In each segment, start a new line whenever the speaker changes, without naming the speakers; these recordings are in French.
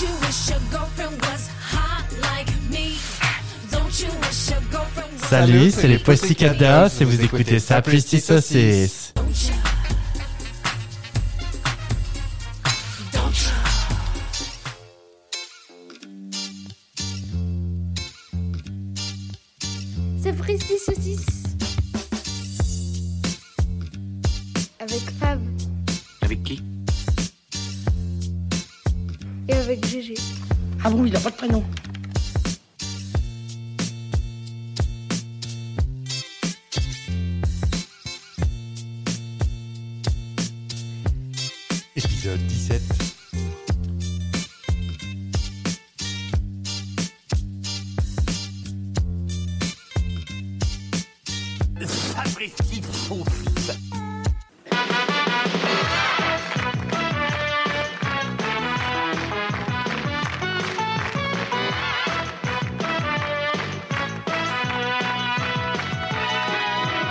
you wish your girlfriend was hot like me? Don't you wish your girlfriend was
Salut, c'est les Posticadas et vous écoutez ça Sapristi Saucisse.
Don't you? Don't you?
C'est Presti Saucisse. Avec Fab
Avec qui
et avec Gégé.
Ah bon, il a pas de prénom.
Épisode 17.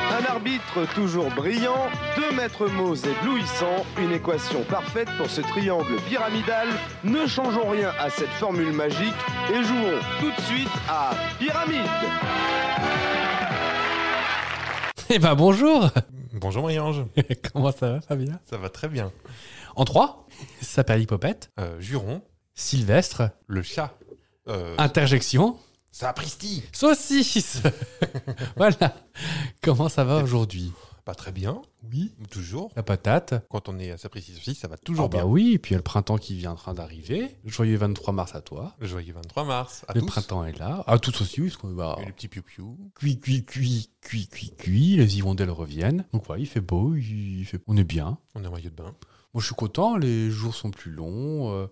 Un arbitre toujours brillant, deux maîtres mots éblouissants, une équation parfaite pour ce triangle pyramidal. Ne changeons rien à cette formule magique et jouons tout de suite à Pyramide.
Eh ben bonjour
Bonjour Marie-Ange,
Comment ça va Fabien
ça va très bien.
En trois, Sapin Hippopète,
Euh, Juron,
Sylvestre,
le chat. Euh,
Interjection,
Sapristi
Saucisse Voilà Comment ça va aujourd'hui
Pas très bien,
Oui.
toujours.
La patate
Quand on est à Sapristi aussi, ça va
Ah
toujours
bah
bien.
oui, et puis il y a le printemps qui vient en train d'arriver. Joyeux 23 mars à toi.
Joyeux 23 mars, à
le
tous.
printemps est là. À tous aussi, parce qu'on va...
Et le petit piou-piou.
Cui, cui, cui, cui, cui, cui, les hirondelles reviennent. Donc ouais, il fait beau, il fait... on est bien.
On est en maillot de bain.
Moi je suis content, les jours sont plus longs, euh,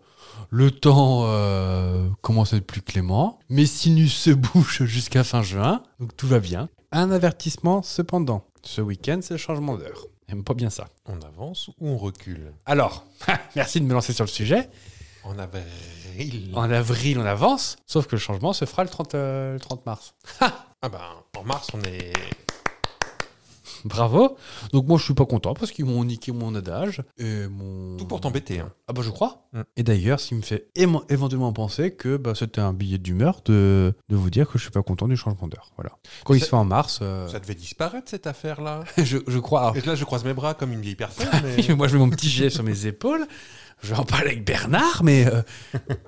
le temps euh, commence à être plus clément, mes sinus se bougent jusqu'à fin juin, donc tout va bien. Un avertissement cependant, ce week-end c'est le changement d'heure. J'aime pas bien ça.
On avance ou on recule
Alors, merci de me lancer sur le sujet.
En avril.
En avril on avance, sauf que le changement se fera le 30, euh, le 30 mars.
Ah bah, en mars, on est...
Bravo. Donc moi je suis pas content parce qu'ils m'ont niqué mon adage et mon
Tout pour t'embêter. hein.
Ah bah je crois.
Mm.
Et d'ailleurs, ce qui me fait émo- éventuellement penser que bah, c'était un billet d'humeur de, de vous dire que je suis pas content du changement d'heure. Voilà. Quand il
Ça-
se fait en mars, euh, Ah bah.
Ça devait disparaître, cette affaire-là.
je, je crois.
Et là, je croise mes bras comme une vieille personne, mais...
moi je mets mon petit jet sur mes épaules. Je vais en parler avec Bernard, mais euh,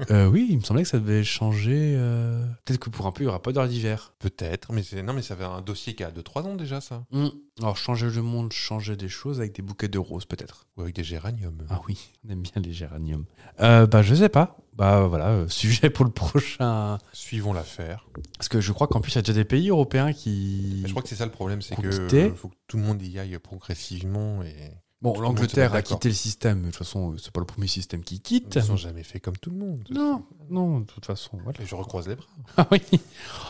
euh, oui, il me semblait que ça devait changer. euh, Peut-être que pour un peu, il y aura pas d'heure d'hiver.
Peut-être, mais c'est... Non, mais ça fait un dossier qui a 2-3 ans déjà, ça.
Mm. Alors changer le monde, changer des choses avec des bouquets de roses peut-être.
Ou avec des géraniums.
Ah oui, on aime bien les géraniums. Euh, bah, je sais pas. Bah voilà, euh, sujet pour le prochain.
Suivons l'affaire.
Parce que je crois qu'en plus, il y a déjà des pays européens qui.
Mais Je crois que c'est ça le problème, c'est que
Quantité.
euh, faut que tout le monde y aille progressivement et
bon,
tout le monde se
l'Angleterre
met
a
d'accord.
quitté le système. mais De toute façon, euh, c'est pas le premier système qui quitte.
ils sont jamais fait comme tout le monde.
Non, non, de toute façon, voilà.
Et je recroise les bras.
Ah oui.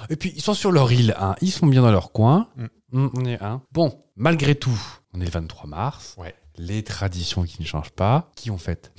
Et puis, ils sont sur leur île, hein. Ils sont bien dans leur coin.
Mm.
Mm, on est un. Bon, malgré tout, on est le 23 mars.
Ouais.
Les traditions qui ne changent pas, qui ont fait.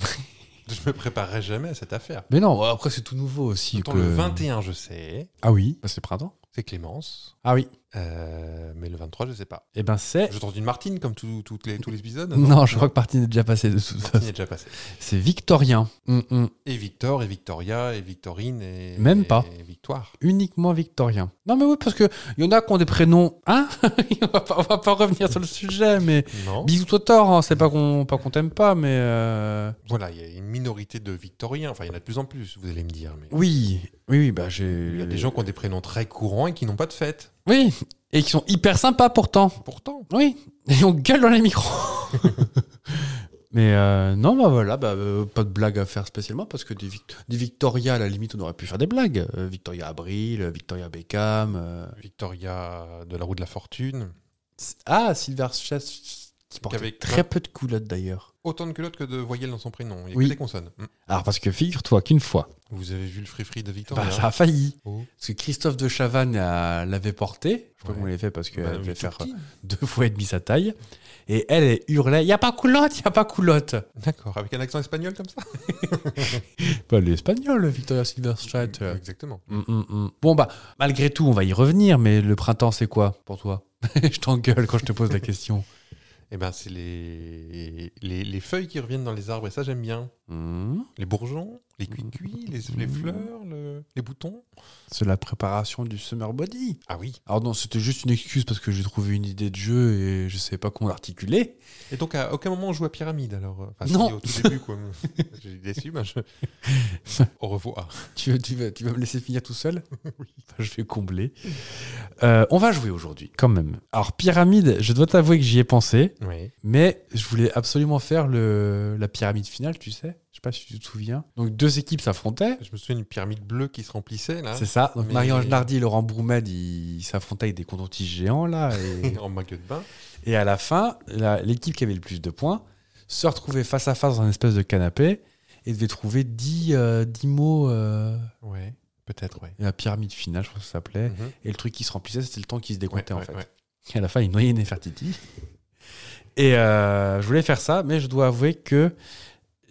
Je me préparerai jamais à cette affaire.
Mais non, après, c'est tout nouveau aussi.
Autant
que-
le 21, je sais,
Ah oui. Bah, c'est printemps.
c'est Clémence,
Ah oui.
Euh, mais le 23, je sais pas.
Eh ben, c'est.
Je tente une Martine comme tout- toutes les, tous les épisodes.
Non, je crois que Martine est déjà passée de toute
Martine
façon.
est déjà passé.
C'est victorien. Hum, hum.
Et Victor, et Victoria, et Victorine, et
Même pas.
et Victoire.
Uniquement victorien. Non, mais oui, parce qu'il y en a qui ont des prénoms. Hein on, va pas, on va pas revenir sur le sujet, mais.
Non.
Bisous, Totor, hein, c'est pas qu'on pas qu'on t'aime pas, mais. euh,
Voilà, il y a une minorité de Victoriens. Enfin, il y en a de plus en plus. Vous allez me dire, mais
Oui, oui, oui, bah
il
j'ai.
y a des gens qui ont des prénoms très courants et qui n'ont pas de fête.
Oui, et qui sont hyper sympas pourtant.
Pourtant.
Oui, et on gueule dans les micros. Mais euh, non, bah voilà, bah, euh, pas de blague à faire spécialement parce que des, vict- des Victoria, à la limite, on aurait pu faire des blagues. Euh, Victoria Abril, euh, Victoria Beckham. euh,
Victoria de la roue de la fortune.
Ah, Silver Chess, qui portait
avait
très peu de culottes d'ailleurs.
Autant de culottes que de voyelles dans son prénom. Il y a
Oui.
que des consonnes. Mm.
Alors, parce que figure-toi qu'une fois,
Vous avez vu le free-free de Victor
bah,
là
ça a failli.
Oh.
Parce que Christophe de Chavannes euh, l'avait porté. Je sais pas
Ouais.
comment il l'avait fait parce qu'elle
Bah, mais
devait
tout
faire euh,
petit.
deux fois et demi sa taille. Et elle, elle hurlait Y a pas coulotte, y a pas coulotte
D'accord, avec un accent espagnol comme ça
Pas l'espagnol, Victoria Silverstrat.
Mm, Exactement.
Mm, mm, mm. Bon, bah, malgré tout, on va y revenir, mais le printemps, c'est quoi pour toi Je t'engueule quand je te pose la question.
Eh Et ben c'est les... Les... les feuilles qui reviennent dans les arbres et ça j'aime bien.
Mmh.
Les bourgeons, les cuicuis, les, les fleurs, le- les boutons.
C'est la préparation du summer body.
Ah oui.
Alors non, c'était juste une excuse parce que j'ai trouvé une idée de jeu et je savais pas comment l'articuler.
Et donc, à aucun moment on joue à pyramide, alors euh, enfin, si,
Non.
au tout début, quoi. J'ai été déçu, bah, je... Au revoir.
Tu, veux- tu, vas, tu vas me laisser finir tout seul Enfin, Je vais combler. Euh, on va jouer aujourd'hui, quand même. Alors, pyramide, je dois t'avouer que j'y ai pensé,
Oui.
mais je voulais absolument faire le, la pyramide finale, tu sais. Je sais pas si tu te souviens. Donc, deux équipes s'affrontaient.
Je me souviens d'une pyramide bleue qui se remplissait, là.
C'est ça. Donc,
mais-
Marie-Ange Nardi et Laurent Bourmel, ils ils s'affrontaient avec des condentis géants, là. Et...
En maillot de bain.
Et à la fin, la- l'équipe qui avait le plus de points se retrouvait face à face dans un espèce de canapé et devait trouver 10, euh, 10 mots. euh,
Ouais. Peut-être, ouais.
et la pyramide finale, je crois que ça s'appelait.
Mhm.
Et le truc qui se remplissait, c'était le temps qui se
Ouais,
décomptait en
ouais,
fait.
ouais.
Et à la fin, il noyait Nefertiti. Et euh, je voulais faire ça, mais je dois avouer que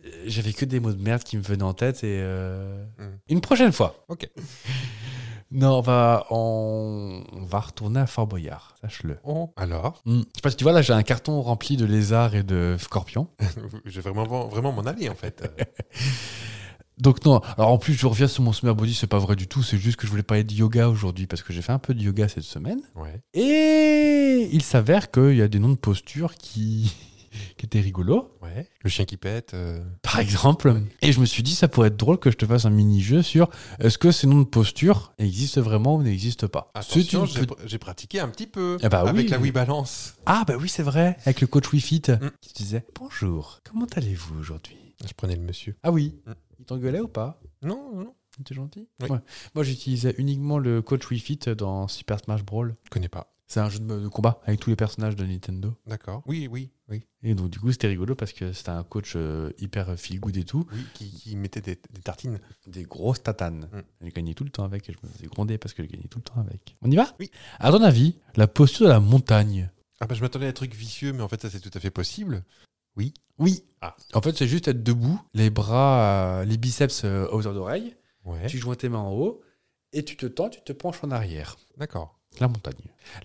euh, j'avais que des mots de merde qui me venaient en tête. Et euh,
Mhm.
une prochaine fois.
Ok.
Non, on va, on, on va retourner à Fort Boyard, sache-le.
Oh, alors
Mm. Je sais pas si tu vois, là, j'ai un carton rempli de lézards et de scorpions.
Je vais vraiment, vraiment m'en aller, en fait.
Donc, non. Alors, en plus, je reviens sur mon summer body, c'est pas vrai du tout. C'est juste que je voulais parler de yoga aujourd'hui parce que j'ai fait un peu de yoga cette semaine.
Ouais.
Et il s'avère qu'il y a des noms de postures qui, qui étaient rigolos,
Ouais. Le chien qui pète. euh,
par exemple. Et je me suis dit, ça pourrait être drôle que je te fasse un mini-jeu sur est-ce que ces noms de postures existent vraiment ou n'existent pas.
Ah,
C'est une
Attention, j'ai
pe-
pr- j'ai pratiqué un petit peu
Ah bah oui.
avec la Wii Balance.
Ah, bah oui, c'est vrai, avec le coach Wifit
Mm.
qui disait Bonjour, comment allez-vous aujourd'hui
Je prenais le monsieur.
Ah oui,
Mm.
il t'engueulait ou pas
Non, non,
Il était gentil
Oui.
Ouais. Moi, j'utilisais uniquement le coach Wii-Fit dans Super Smash Brawl.
je connais pas.
C'est un jeu de, de combat avec tous les personnages de Nintendo.
D'accord. Oui, oui, oui.
Et donc, du coup, c'était rigolo parce que c'était un coach euh, hyper feel-good et tout.
oui qui, qui mettait des, des tartines.
Des grosses tatanes.
Mm.
Je gagnais tout le temps avec et je me faisais gronder parce que je gagnais tout le temps avec. On y va
Oui.
À ton avis, la posture de la montagne
Ah bah je m'attendais à des trucs vicieux, mais en fait ça c'est tout à fait possible.
Oui.
Ah.
En fait, c'est juste être debout, les bras, euh, les biceps euh, aux oreilles.
Ouais.
Tu joins tes mains en haut et tu te tends, tu te penches en arrière.
D'accord.
La montagne.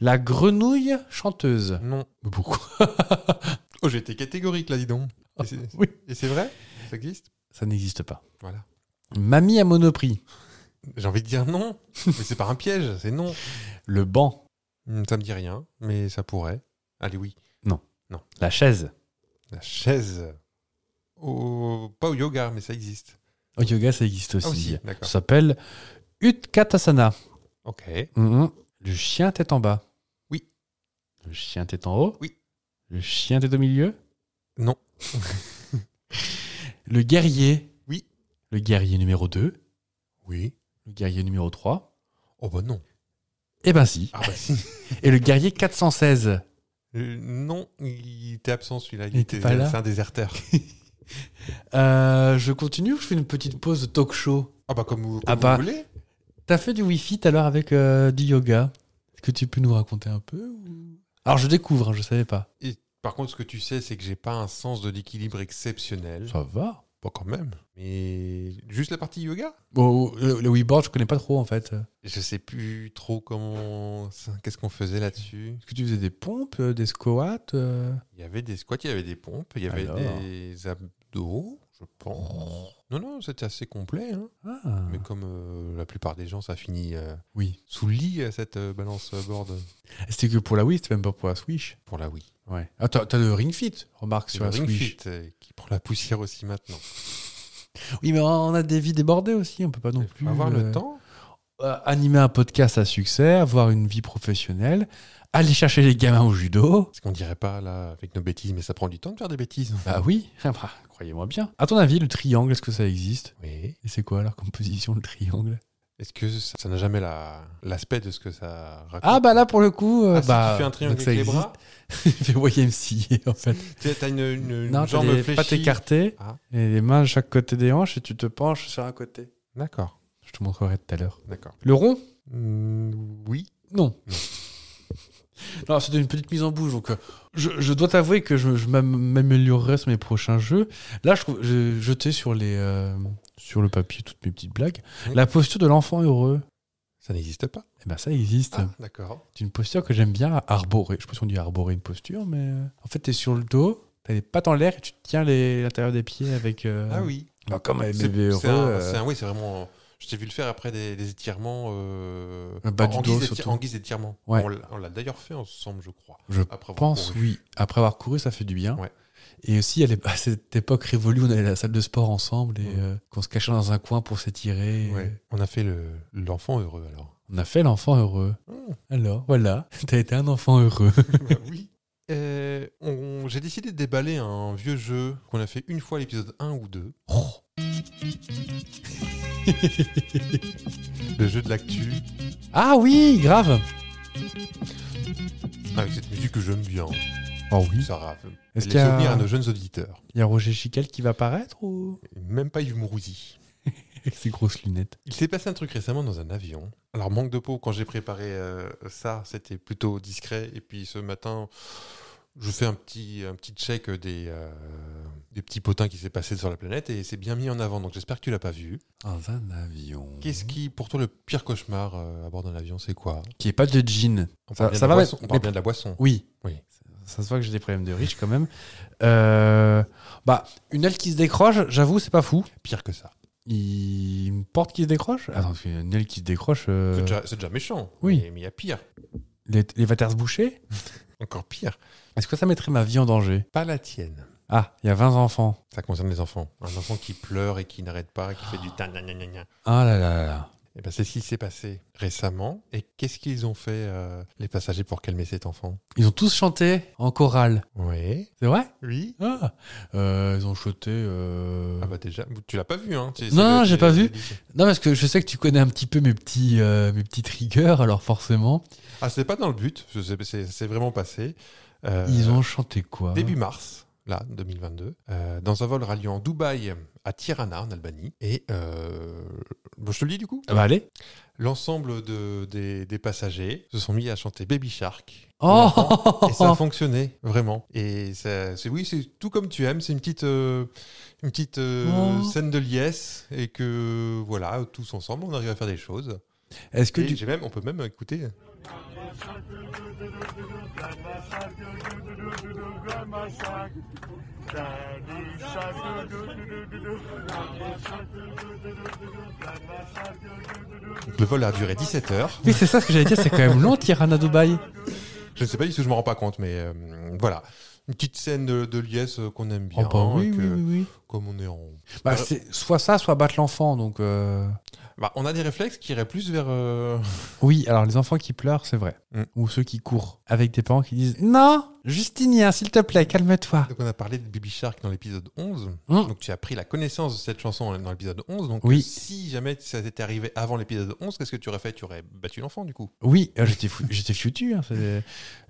La grenouille chanteuse.
Non.
Mais pourquoi
Oh j'ai été catégorique là, dis donc. Et c'est-
Oui.
Et c'est vrai Ça existe
Ça n'existe pas.
Voilà.
Mamie à monoprix.
J'ai envie de dire non, mais c'est pas un piège, c'est non.
Le banc.
Hmm, Ça me dit rien, mais ça pourrait. Allez oui.
La chaise.
La chaise. Au... Pas au yoga, mais ça existe.
Au yoga, ça existe aussi.
Ah aussi,
ça
d'accord.
s'appelle Utkatasana. Mm,
Ok.
Le chien tête en bas.
Oui.
Le chien tête en haut.
Oui.
Le chien tête au milieu.
Non.
Le guerrier.
Oui.
Le guerrier numéro 2.
Oui.
Le guerrier numéro 3.
Oh bah non.
Eh ben si.
Ah bah si.
Et le guerrier 416.
Euh, non, il était absent celui-là.
Il était pas là
C'est un déserteur.
Euh, je continue ou je fais une petite pause de talk show
Ah bah comme vous, comme
Ah
vous
bah.
voulez.
T'as fait du wifi tout à l'heure avec euh, du yoga. Est-ce que tu peux nous raconter un peu ou- Alors je découvre, hein, je savais pas.
Et par contre, ce que tu sais, c'est que j'ai pas un sens de l'équilibre exceptionnel.
Ça va.
Pas quand même. Mais juste la partie yoga
Bon, euh, le, le WeBoard, je connais pas trop en fait. Est-ce
Je sais plus trop comment. ça- Qu'est-ce qu'on faisait là-dessus
que tu faisais des pompes, euh, des squats euh
Il y avait des squats, il y avait des pompes, il y avait
Alors
des abdos, je pense. Non, non, c'était assez complet. hein.
Ah.
Mais comme euh, la plupart des gens, ça finit euh,
Oui.
sous le lit, euh, cette euh, balance board
C'était que pour la Wii, c'était même pas pour la Switch.
pour la Wii.
Ouais. Ah, t'as t'as le Ring Fit, remarque,
C'est
sur
le
la
Ring
Switch.
Fit euh, qui prend la poussière aussi maintenant.
Oui, mais on a des vies débordées aussi, on peut pas non
Il
plus.
faut avoir
euh,
le temps.
euh, Animer un podcast à succès, avoir une vie professionnelle, aller chercher les gamins au judo.
Parce qu'on dirait pas là avec nos bêtises, mais ça prend du temps de faire des bêtises.
Bah oui, Ah bah, croyez-moi bien. À ton avis, le triangle, est-ce que ça existe
Oui.
Et c'est quoi alors comme position le triangle
Est-ce que ça ça n'a jamais la- l'aspect de ce que ça raconte
Ah bah là pour le coup, euh,
Ah, si
bah
tu fais un triangle
donc ça
avec les
existe.
bras,
Il fait YMCA en fait.
t'as t'as une, une, une
non, t'as
jambe
les
fléchie.
pattes écartées
Ah.
et les mains à chaque côté des hanches et tu te penches sur un côté.
D'accord,
Je te montrerai tout à l'heure.
d'accord.
Le rond
Mm, oui.
Non. Non, c'était une petite mise en bouche. Donc, euh, je, je dois t'avouer que je, je m'am- m'améliorerai sur mes prochains jeux. Là, je, trouve- j'ai jeté sur, les, euh, sur le papier toutes mes petites blagues.
Oui.
La posture de l'enfant heureux.
Ça n'existe pas.
Eh ben, ça existe.
Ah, d'accord.
C'est une posture que j'aime bien arborer. Je sais pas si on dit arborer une posture, mais euh, en fait, tu es sur le dos, T'as les pattes en l'air et tu tiens les- l'intérieur des pieds avec. euh,
Ah oui.
bah, comme un
C'est
bébé heureux.
c'est un-
euh,
c'est un- oui, c'est vraiment. Je t'ai vu le faire après des, des étirements. euh,
Un bas
en-
du
en
dos,
guise d'éti-
surtout.
En guise d'étirement.
Ouais.
On l'a- On l'a d'ailleurs fait ensemble, je crois.
Je
après avoir
pense,
couru.
oui. Après avoir couru, ça fait du bien.
Ouais.
Et aussi, à, l'ép- à cette époque révolue, on allait à la salle de sport ensemble et
Ouais.
euh, qu'on se cachait dans un coin pour s'étirer. et
Ouais. On a fait le- l'enfant heureux alors.
On a fait l'enfant heureux.
Mmh.
Alors, voilà, t'as été un enfant heureux.
Bah oui. Euh, on- J'ai décidé de déballer un vieux jeu qu'on a fait une fois à l'épisode 1 ou 2. Le jeu de l'actu.
ah oui, grave
Avec Ah, cette musique que j'aime bien.
Oh oui.
Ça rappelle les
Est-ce qu'il y, a-
souvenirs à nos jeunes auditeurs.
il y a Roger Chical qui va apparaître ou
Même pas Yves Mourouzi.
Avec ses grosses lunettes.
Il s'est passé un truc récemment dans un avion. Alors, manque de peau, quand j'ai préparé euh, ça, c'était plutôt discret. Et puis ce matin, je fais un petit, un petit check des, euh, des petits potins qui s'est passé sur la planète et c'est bien mis en avant. Donc, j'espère que tu l'as pas vu.
Dans un avion.
Qu'est-ce qui, pour toi, le pire cauchemar euh, à bord d'un avion, c'est quoi
Qui est pas de jean.
On
Ça-
parle bien
ça
de la
va,
boisson-
mais-
on parle
mais-
bien de la boisson.
Oui.
Oui.
Ça se voit que j'ai des problèmes de riche quand même. Euh, Bah, une aile qui se décroche, j'avoue, c'est pas fou.
Pire que ça.
Il... Une porte qui se décroche Attends, parce qu'il y a une aile qui se décroche. euh,
C'est déjà, c'est déjà méchant.
oui.
Mais mais il y a pire.
Les, les vaters se boucher
Encore pire.
Est-ce que ça mettrait ma vie en danger
Pas la tienne.
Ah, il y a 20 enfants.
Ça concerne les enfants. Un enfant qui pleure et qui n'arrête pas, qui fait du ta gna gna gna gna.
Ah là là là là.
Eh ben, c'est ce qui s'est passé récemment. Et qu'est-ce qu'ils ont fait, euh, les passagers, pour calmer cet enfant
Ils ont tous chanté en chorale.
Oui.
C'est vrai
Oui.
Ah Euh, Ils ont chanté. euh,
Ah bah déjà, tu l'as pas vu, hein Tu-
Non,
c'est
non,
le-
j'ai pas vu.
c'est-
Non, parce que je sais que tu connais un petit peu mes petits, euh, mes petits triggers, alors forcément.
Ah, c'est pas dans le but. Je sais- C'est c'est vraiment passé. Euh,
Ils ont chanté quoi
Début mars, là, 2022, euh, dans un vol ralliant Dubaï à Tirana, en Albanie. Et euh, bon, je te le dis du coup
Ah bah allez
L'ensemble de- des, des passagers se sont mis à chanter Baby Shark.
Oh
Et ça a fonctionné, vraiment. Et ça- c'est oui, c'est tout comme tu aimes. C'est une petite, euh, une petite euh,
Oh.
scène de liesse et que voilà, tous ensemble, on arrive à faire des choses.
Est-ce que
et
tu...
j'ai même, on peut même écouter. Le vol a duré 17 heures.
Oui, c'est ça ce que j'allais dire, c'est quand même long, Tirana Dubaï.
Je ne sais pas du tout, je me rends pas compte, mais euh, voilà. Une petite scène de, de liesse euh, qu'on aime bien.
Oh, bah
hein,
oui,
que-
oui, oui, oui.
Comme on est en.
Bah,
Alors-
c'est soit ça, soit battre l'enfant, donc... euh,
Bah, on a des réflexes qui iraient plus vers. euh,
Oui, alors les enfants qui pleurent, c'est vrai.
Mm.
Ou ceux qui courent, avec des parents qui disent « Non, Justinien, s'il te plaît, calme-toi
Donc, on a parlé de Baby Shark dans l'épisode 11.
Hum.
Donc, tu as pris la connaissance de cette chanson dans l'épisode 11. Donc,
Oui.
si jamais ça t'était arrivé avant l'épisode 11, qu'est-ce que tu aurais fait Tu aurais battu l'enfant, du coup. ».
Oui, euh, j'étais fou- j'étais foutu. hein, c'est-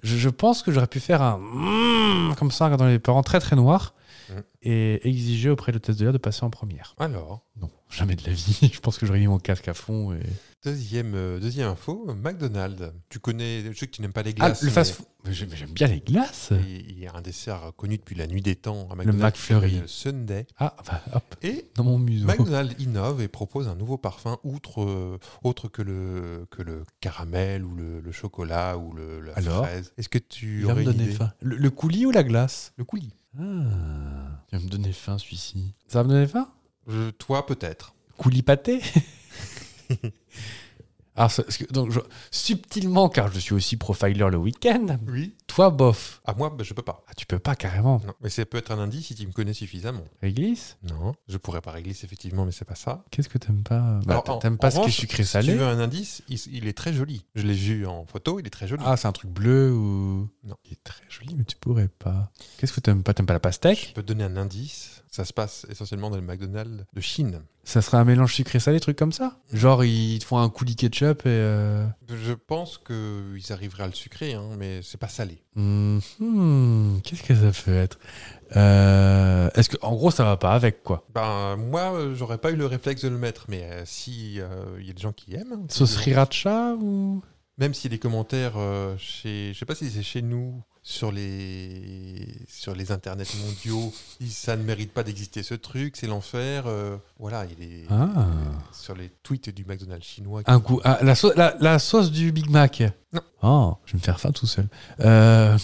je, je pense que j'aurais pu faire un... Mm comme ça, en regardant les parents très très noirs,
Mm.
et exiger auprès de l'hôtesse de l'air de passer en première.
Alors,
Non, jamais de la vie. Je pense que j'aurais mis mon casque à fond. Et...
deuxième, euh, deuxième info euh, McDonald's. Tu connais. Je sais que tu n'aimes pas les
Ah,
glaces.
le
mais
fast-food. Mais j'aime mais j'aime bien les glaces.
il- Il y a un dessert connu depuis la nuit des temps à
Le
McDonald's. qui
McFlurry.
s'appelle le Sunday.
Ah, bah, hop,
Et
dans mon museau.
McDonald's innove et propose un nouveau parfum outre, euh, autre que le, que le caramel ou le, le chocolat ou le, la
Alors
fraise. Est-ce que tu
Il va
aurais
me
une
donner
idée
faim. Le, le coulis ou la glace
Le coulis.
ah, Il va me donner faim, celui-ci. Ça va me donner faim
Je- toi, peut-être.
Coulis pâté Alors, ce- ce que- donc, je- subtilement, car je suis aussi profiler le week-end,
Oui.
toi, bof.
À moi, bah, je peux pas.
Ah, tu peux pas, carrément.
Non. Mais ça peut être un indice si tu me connais suffisamment.
Réglisse
Non. Je pourrais pas réglisse, effectivement, mais c'est pas ça.
Qu'est-ce que t'aimes pas Bah,
Alors, en-
T'aimes pas
en
ce qui
revanche,
est
Si tu
sucré-salé
veux un indice, il, il est très joli. Je l'ai vu en photo, il est très joli.
Ah, c'est un truc bleu ou.
Non.
Il est très joli, mais tu pourrais pas. Qu'est-ce que t'aimes pas T'aimes pas la
Je
pastèque
peux te donner un indice. Ça se passe essentiellement dans le McDonald's de Chine.
Ça serait un mélange sucré-salé, truc comme ça Genre, ils te font un coulis ketchup et. euh,
Je pense qu'ils arriveraient à le sucrer, hein, mais c'est pas salé.
hmm, hmm, Qu'est-ce que ça peut être Euh, Est-ce que, en gros, ça va pas avec quoi
Ben, moi, euh, j'aurais pas eu le réflexe de le mettre, mais euh, si euh, il y a des gens qui aiment. hein, qui
Sauce
diront-
sriracha ou.
Même si les commentaires, euh, chez, je sais pas si c'est chez nous, sur les, sur les internets mondiaux, ils- ça ne mérite pas d'exister ce truc, c'est l'enfer. euh, voilà, il est
Ah.
sur les tweets du McDonald's chinois.
Un goût. ah, la, sau- la- la sauce du Big Mac
Non.
Oh, je vais me faire faim tout seul. Euh,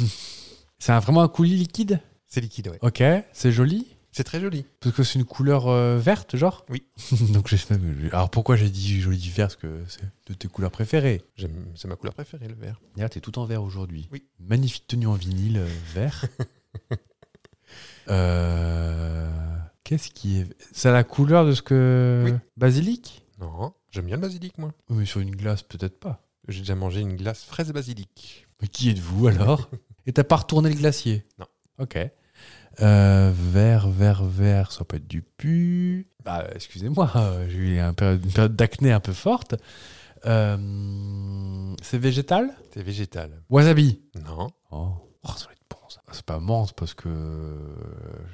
C'est un- vraiment un coulis liquide
C'est liquide, ouais.
Ok, c'est joli.
C'est très joli.
Parce que c'est une couleur euh, verte, genre
Oui.
Donc j'ai fait. Alors pourquoi j'ai dit joli vert Parce que c'est de tes couleurs préférées.
J'aime- C'est ma couleur préférée, le vert.
D'ailleurs, t'es tout en vert aujourd'hui.
Oui.
Magnifique tenue en vinyle euh, vert. Euh, Qu'est-ce qui est. C'est la couleur de ce que.
Oui.
Basilic
Non, j'aime bien le basilic, moi.
Oui, mais sur une glace, peut-être pas.
J'ai déjà mangé une glace fraise basilic.
Mais qui êtes-vous alors Et t'as pas retourné le glacier
Non.
Ok. Euh, vert, vert, vert, ça peut être du pu. Bah, excusez-moi, euh, j'ai eu un péri- une période d'acné un peu forte. Euh, c'est végétal
C'est végétal.
Wasabi.
Non,
Oh. Oh, ça va être bon ça. C'est pas menthe parce que euh,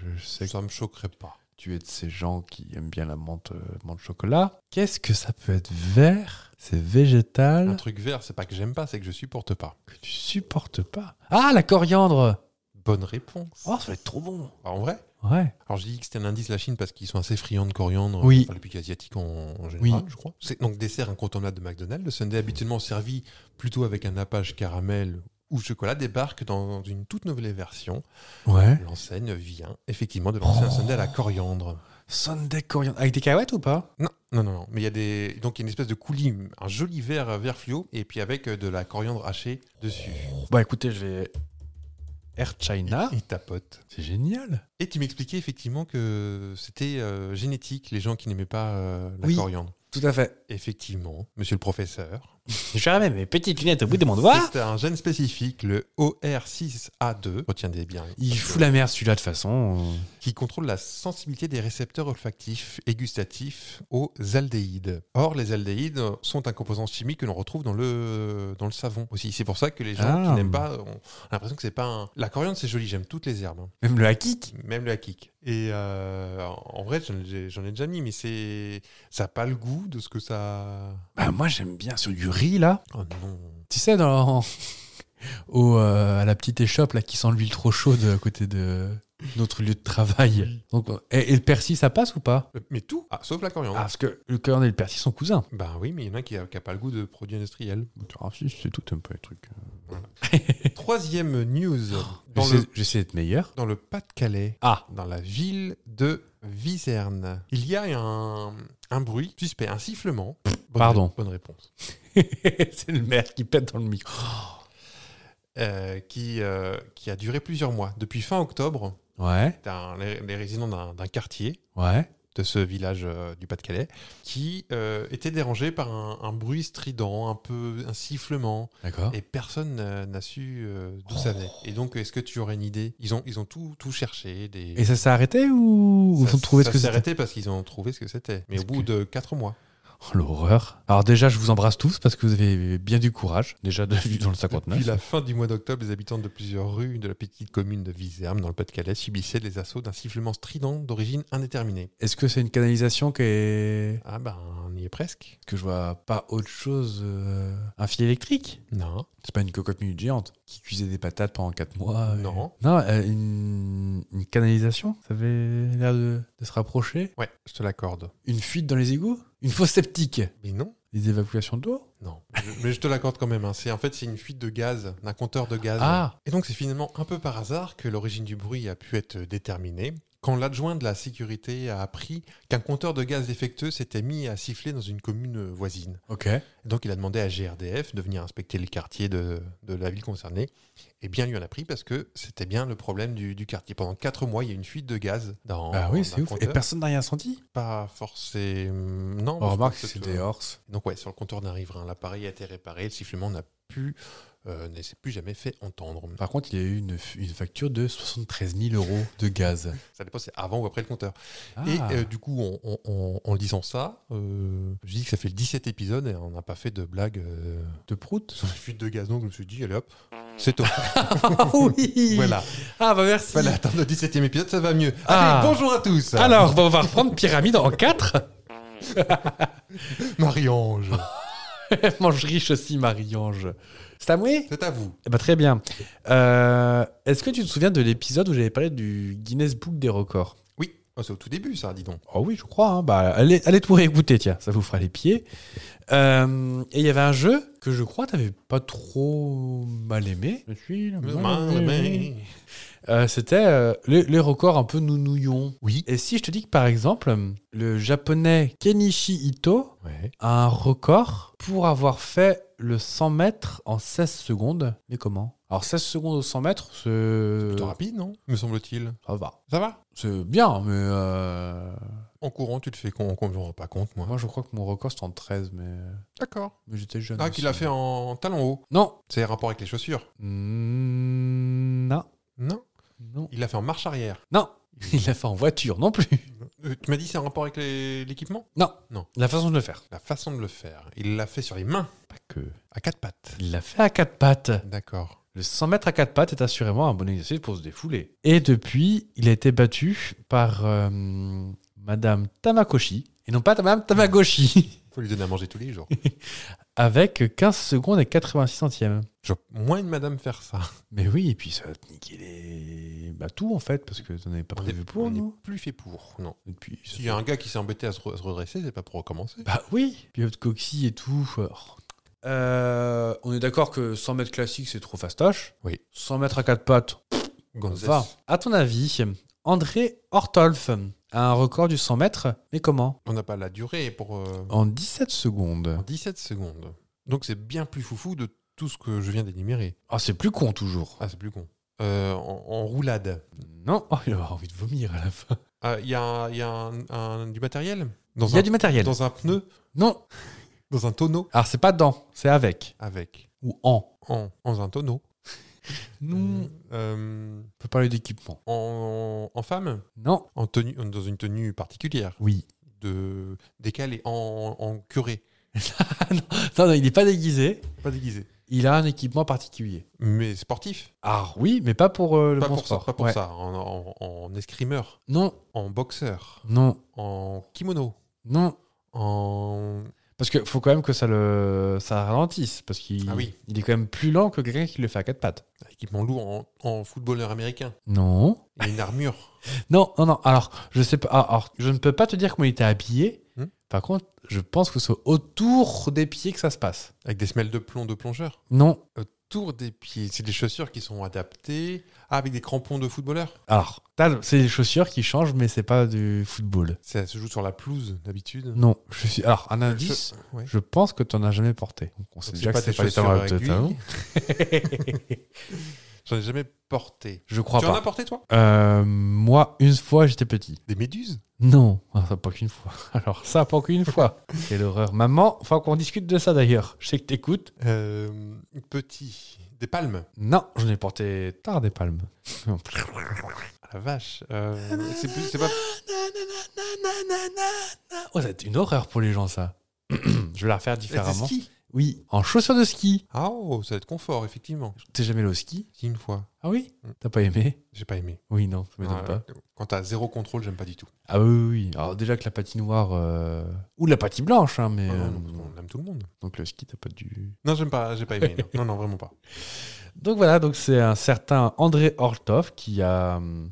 je je sais que
ça me choquerait pas.
tu es de ces gens qui aiment bien la menthe, euh, menthe chocolat. Qu'est-ce que ça peut être vert C'est
Un
végétal
truc vert, c'est pas que j'aime pas, c'est que je supporte pas.
que tu supportes pas. Ah, la coriandre
Bonne réponse.
Oh, ça va être trop bon
Ah, en vrai
Ouais.
Alors j'ai dit que c'était un indice la Chine parce qu'ils sont assez friands de coriandre,
Oui.
enfin, le pic asiatique en, en général,
Oui.
je crois. C'est donc dessert incontournable de McDonald's. Le sundae habituellement servi plutôt avec un nappage caramel ou chocolat débarque dans une toute nouvelle version.
Ouais.
L'enseigne vient effectivement de lancer un sundae à la coriandre.
Sunday coriandre. Avec des cacahuètes ou pas
Non, non, non, non. Mais il y a des donc il y a une espèce de coulis, un joli vert euh, vert fluo et puis avec euh, de la coriandre hachée dessus.
Bah écoutez, je vais. Air China.
Il tapote.
C'est génial.
Et tu m'expliquais effectivement que c'était euh, génétique, les gens qui n'aimaient pas euh, la
Oui.
coriandre.
Tout à fait.
Effectivement, monsieur le professeur.
J'avais mes petites lunettes au bout de mon
C'est un gène spécifique, le OR6A2, retiendez bien,
Il
parce
fout
que-
la merde celui-là de toute façon.
qui contrôle la sensibilité des récepteurs olfactifs et gustatifs aux aldéhydes. Or, les aldéhydes sont un composant chimique que l'on retrouve dans le, dans le savon aussi. C'est pour ça que les gens
Ah.
qui n'aiment pas ont l'impression que c'est pas un... La coriandre, c'est joli, j'aime toutes les herbes. hein.
Même le hakik.
Même le hakik. Et euh, en vrai, j'en ai, j'en ai déjà mis, mais c'est ça n'a pas le goût de ce que ça.
Bah moi j'aime bien sur du riz là.
Oh non.
Tu sais, dans. Au, euh, à la petite échoppe là qui sent l'huile trop chaude à côté de notre lieu de travail. Donc, euh, et, et le persil ça passe ou pas
Euh, Mais tout, Ah, sauf la coriandre.
Ah, Parce que le coriandre et le persil sont cousins.
Ben oui, mais il y en a qui n'a pas le goût de produits industriels.
Ah si, c'est tout un peu les trucs.
Troisième news dans
J'essaie
le,
j'essaie d'être meilleur.
dans le Pas-de-Calais,
Ah
dans la ville de Viserne. Il y a un, un bruit suspect, un sifflement. Bonne
Pardon.
ré- Bonne réponse.
c'est le maire qui pète dans le micro.
Euh, qui, euh, qui a duré plusieurs mois. Depuis fin octobre,
Ouais,
t'as un- les, les résidents d'un d'un quartier
ouais.
de ce village euh, du Pas-de-Calais, qui euh, était dérangé par un, un bruit strident, un peu un sifflement,
D'accord.
et personne n'a- n'a su euh, d'où ça venait. Et donc, est-ce que tu aurais une idée Ils ont, ils ont tout, tout cherché. Des...
Et ça s'est arrêté ou ou
ça-
ils ont trouvé ce
ça
que
s'est
c'était
arrêté parce qu'ils ont trouvé ce que c'était. Mais
Est-ce
au bout
que-
de 4 mois.
Oh, L'horreur. Alors déjà, je vous embrasse tous parce que vous avez bien du courage. Déjà de vivre dans le
Depuis
59.
la fin du mois d'octobre, les habitants de plusieurs rues de la petite commune de Vizerme, dans le Pas-de-Calais, subissaient les assauts d'un sifflement strident d'origine indéterminée.
Est-ce que c'est une canalisation qui est...
Ah ben, on y est presque.
que je vois pas autre chose euh, Un fil électrique
Non.
C'est pas une cocotte minute géante qui cuisait des patates pendant 4 mois. et-
Non.
Non, euh, une... une canalisation Ça avait l'air de... de se rapprocher.
Ouais, je te l'accorde.
Une fuite dans les égouts Une fosse septique
Mais non.
Des évacuations d'eau
Non, Je- mais je te l'accorde quand même. hein. C'est en fait c'est une fuite de gaz, d'un compteur de gaz.
Ah.
Et donc c'est finalement un peu par hasard que l'origine du bruit a pu être déterminée. Quand l'adjoint de la sécurité a appris qu'un compteur de gaz défectueux s'était mis à siffler dans une commune voisine.
Ok.
Donc il a demandé à GRDF de venir inspecter le quartier de, de la ville concernée. Et bien lui en a pris parce que c'était bien le problème du, du quartier. Pendant quatre mois, il y a eu une fuite de gaz dans.
Ah oui, c'est
d'un
ouf. Et
compteur.
personne n'a rien senti
pas forcément. Non,
On
parce
remarque
que
que c'est des horses.
donc ouais, sur le compteur d'un riverain, l'appareil a été réparé, le sifflement n'a plus, euh, ne s'est plus jamais fait entendre.
Par contre, il y a eu une, f- une facture de 73 000 euros de gaz.
Ça dépend si c'est avant ou après le compteur.
Ah.
Et euh, du coup, en, en- en- en lisant ça, euh, je dis que ça fait le 17 épisodes et on n'a pas fait de blague euh,
de prout
sur les fuites de gaz, donc je me suis dit, allez hop, c'est toi.
Ah oui
voilà,
Ah bah merci
fallait attendre le 17e épisode, ça va mieux.
Ah.
Allez, bonjour à tous
Alors, bah, on va reprendre Pyramide en 4
Marie-Ange,
Mange riche aussi, Marie-Ange. C'est à moi
c'est à vous.
Eh bah, Très bien. Euh, Est-ce que tu te souviens de l'épisode où j'avais parlé du Guinness Book des records
Oui, Oh, c'est au tout début ça, dis donc.
Oh oui, je crois. hein. Bah, allez, allez tout réécouter, tiens, ça vous fera les pieds. Euh, et il y avait un jeu que je crois t'avais pas trop mal aimé. Je suis
Ah,
le mal aimé. Euh, C'était euh, les, les records un peu nounouillons.
Oui.
Et si je te dis que par exemple, le japonais Kenichi Ito
Ouais.
a un record pour avoir fait le 100 mètres en 16 secondes. Mais comment Alors 16 secondes au 100 mètres, c'est...
Plutôt rapide, non Euh, Me semble-t-il.
Ça va.
Ça va
C'est bien, mais... euh,
En courant, tu te fais con, con- je me rends pas compte, moi.
Moi, je crois que mon record, c'était en 13, mais,
D'accord.
mais j'étais jeune.
Ah,
aussi.
qu'il a fait en talon haut.
Non.
C'est un rapport avec les chaussures.
Mm, Non.
Non.
Non.
Il l'a fait en marche arrière.
Non. Il l'a fait en voiture non plus.
Euh, tu m'as dit c'est un rapport avec les- l'équipement
Non.
Non.
La façon de le faire.
La façon de le faire. Il l'a fait sur les mains,
Pas que.
à quatre pattes.
Il l'a fait à quatre pattes.
D'accord.
Le 100 mètres à quatre pattes est assurément un bon exercice pour se défouler. Et depuis, il a été battu par euh, Madame Tamakoshi, et non pas Madame Tamagoshi,
Faut lui donner à manger tous les jours.
avec 15 secondes et 86 centièmes.
Je... Moins une madame faire ça.
Mais oui, et puis ça va te niquer les... Bah tout en fait, parce que t'en avais pas
On
prévu
est-
pour,
on n'est
nous.
plus fait pour. Non.
Et puis, ça
S'il y a un gars qui s'est embêté à se, re- à se redresser, c'est pas pour recommencer.
Bah oui, pilote coxy et tout. euh, euh, on est d'accord que 100 mètres classique, c'est trop fastoche.
Oui.
100 mètres à quatre pattes,
Gonzès.
va. À ton avis, André Hortolf a un record du 100 mètres, mais comment
On n'a pas la durée pour euh,
En 17 secondes.
17 secondes. Donc c'est bien plus foufou de tout ce que je viens d'énumérer.
Ah, c'est plus con toujours.
Ah, c'est plus con. Euh, en, en roulade.
Non, oh, il va avoir envie de vomir à la fin.
Ah, Il y a, un- il y a un- un- du matériel dans
Il y
un,
a du matériel.
Dans un pneu
Non,
Dans un tonneau
alors c'est pas dans, c'est avec
Avec.
ou en.
En, dans un tonneau.
Non,
Euh,
on peut parler d'équipement.
en, en femme
Non,
en tenue, Dans une tenue particulière
oui.
de décalé en, en curé.
Non, non, il n'est pas déguisé.
Pas déguisé.
Il a un équipement particulier.
Mais sportif.
Ah oui, mais pas pour euh, le
Pas
bon
pour, ça,
sport.
pas pour
Ouais.
ça. En, en- en escrimeur.
Non,
En boxeur.
non,
En kimono.
non.
En.
Parce qu'il faut quand même que ça le ça ralentisse, parce qu'il
Ah oui.
il est quand même plus lent que quelqu'un qui le fait à quatre pattes.
Équipement lourd en, en footballeur américain.
Non.
Il y a une armure.
Non, non, non. Alors, je sais pas. ah, alors, je ne peux pas te dire comment il était habillé.
Hmm.
Par contre, je pense que c'est autour des pieds que ça se passe.
Avec des semelles de plomb de plongeur.
Non.
Autour des pieds. C'est des chaussures qui sont adaptées. Ah, avec des crampons de footballeur.
Alors, t'as- c'est les chaussures qui changent, mais c'est pas du football.
Ça se joue sur la pelouse d'habitude.
Non. Je suis. Alors, un indice.
Euh, Je- ouais.
Je pense que t'en as jamais porté. Donc, on sait
c'est
déjà
pas
que c'est
des
pas euh, les
chaussures
talons
à
de talon.
J'en ai jamais porté.
Je crois
tu en as
pas.
porté, toi
Euh, moi, une fois, j'étais petit.
Des méduses
Non, Ah, ça pas qu'une fois. Alors ça pas qu'une fois. Quelle horreur. Maman, faut qu'on discute de ça d'ailleurs. Je sais que t'écoutes.
Euh, Petit. Des palmes.
Non, je n'ai porté tard des palmes.
Ah la vache. Euh, c'est plus- c'est pas...
Oh, c'est une horreur pour les gens ça. je vais la refaire
Des
différemment.
skis.
Oui, en chaussures de ski.
Ah, oh, ça va être confort, effectivement.
T'es jamais allé au ski
Si, une fois.
Ah oui T'as pas aimé
J'ai pas aimé.
Oui, non, ça m'étonne
Ouais,
pas.
Quand t'as zéro contrôle, j'aime pas du tout.
Ah oui, oui, oui. Alors déjà que la patinoire... euh, Ou la patine blanche, hein, mais...
Ah non,
euh,
non, on aime tout le monde.
Donc le ski, t'as pas dû...
Non, j'aime pas, j'ai pas aimé. non. non, non, vraiment pas.
Donc voilà, donc c'est un certain André Hortov qui a hum,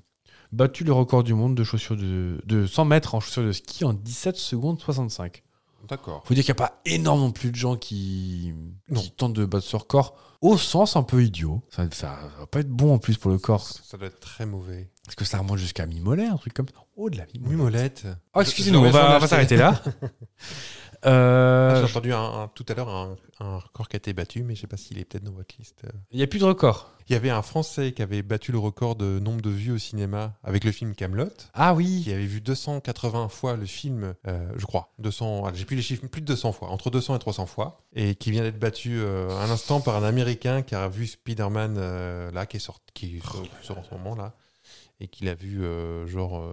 battu le record du monde de chaussures de, de 100 mètres en chaussures de ski en 17 secondes 65.
D'accord.
Faut dire qu'il n'y a pas énormément plus de gens qui, qui
Non.
tentent de battre ce record au sens un peu idiot. Ça, ça va pas être bon en plus pour le corps.
Ça doit être très mauvais.
Parce que ça remonte jusqu'à mi-mollet, un truc comme ça. Oh de la mi-mollet.
Mimolette.
Oh, excusez-nous, on va, on va s'arrêter là.
J'ai
Euh,
entendu un- un- tout à l'heure un, un record qui a été battu, mais je sais pas s'il est peut-être dans votre liste. Euh,
Il n'y a plus de record.
Il y avait un Français qui avait battu le record de nombre de vues au cinéma avec le film Camelot,
Ah oui.
qui avait vu 280 fois le film, euh, je crois, 200, ah, j'ai plus les chiffres, mais plus de 200 fois, entre 200 et 300 fois, et qui vient d'être battu euh, un instant par un Américain qui a vu Spider-Man euh, là, qui est sorti, qui sort- sort en ce moment là, et qui l'a vu euh, genre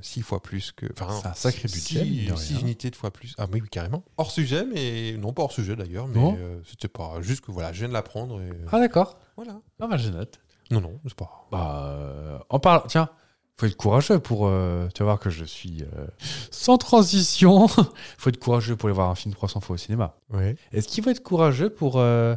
6 fois plus que, enfin,
C'est un sacré budget, mine de rien.
6 unités de fois plus, ah mais oui carrément. Hors sujet, mais non pas hors sujet d'ailleurs, mais
Non.
euh, c'était pas juste que voilà, je viens de l'apprendre et
Ah d'accord.
voilà.
Ah bah je note.
Non non, c'est pas.
Bah, euh, en parlant, tiens, faut être courageux pour. euh, tu vas voir que je suis euh, sans transition. faut être courageux pour aller voir un film 300 fois au cinéma.
Ouais.
Est-ce qu'il faut être courageux pour euh,